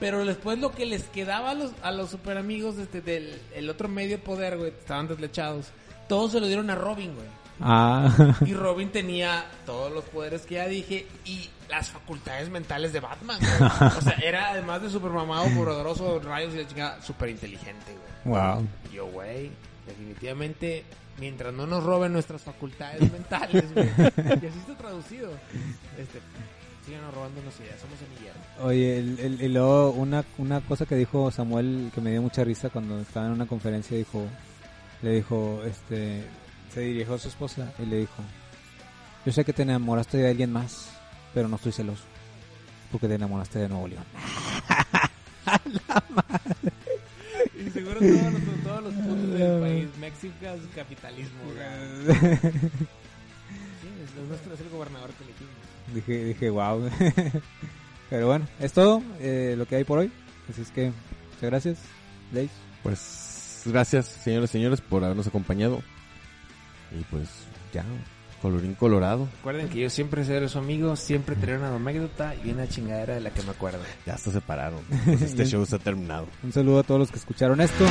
C: Pero después lo que les quedaba a los, a los superamigos este, del el otro medio poder, güey, estaban deslechados. Todos se lo dieron a Robin, güey.
B: Ah,
C: Y Robin tenía todos los poderes que ya dije y las facultades mentales de Batman, güey. O sea, era además de super mamado, poderoso, rayos y la chingada, súper inteligente, güey.
B: wow.
C: Yo, güey, definitivamente, mientras no nos roben nuestras facultades mentales, güey. Y así está traducido. Este, síganos robándonos ideas, somos semilleros.
B: Oye, el, el- y luego una, una cosa que dijo Samuel que me dio mucha risa cuando estaba en una conferencia, dijo, le dijo, este, se dirigió a su esposa y le dijo, yo sé que te enamoraste de alguien más, pero no estoy celoso, porque te enamoraste de Nuevo León. <laughs>
C: Y seguro todos los, todos los puntos del país, México, capitalismo, güey. Sí, es, es nuestro- es el gobernador que elegimos.
B: dije, dije, wow. <laughs> pero bueno, es todo eh, lo que hay por hoy, así es que muchas gracias, Blaze.
A: Pues gracias, señores y señores, por habernos acompañado. Y pues ya, colorín colorado.
C: Recuerden que yo siempre seré su amigo, siempre traeré una anécdota y una chingadera de la que me acuerdo.
A: Ya se separaron. Pues este show está terminado.
B: Un saludo a todos los que escucharon esto.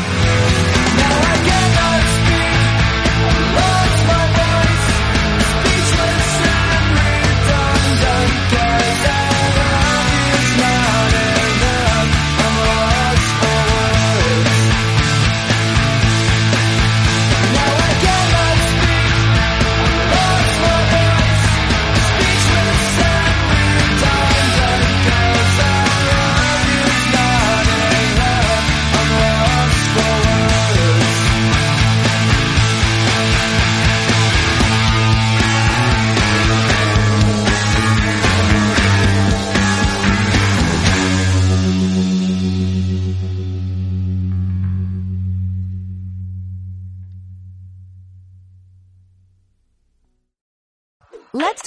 F: Let's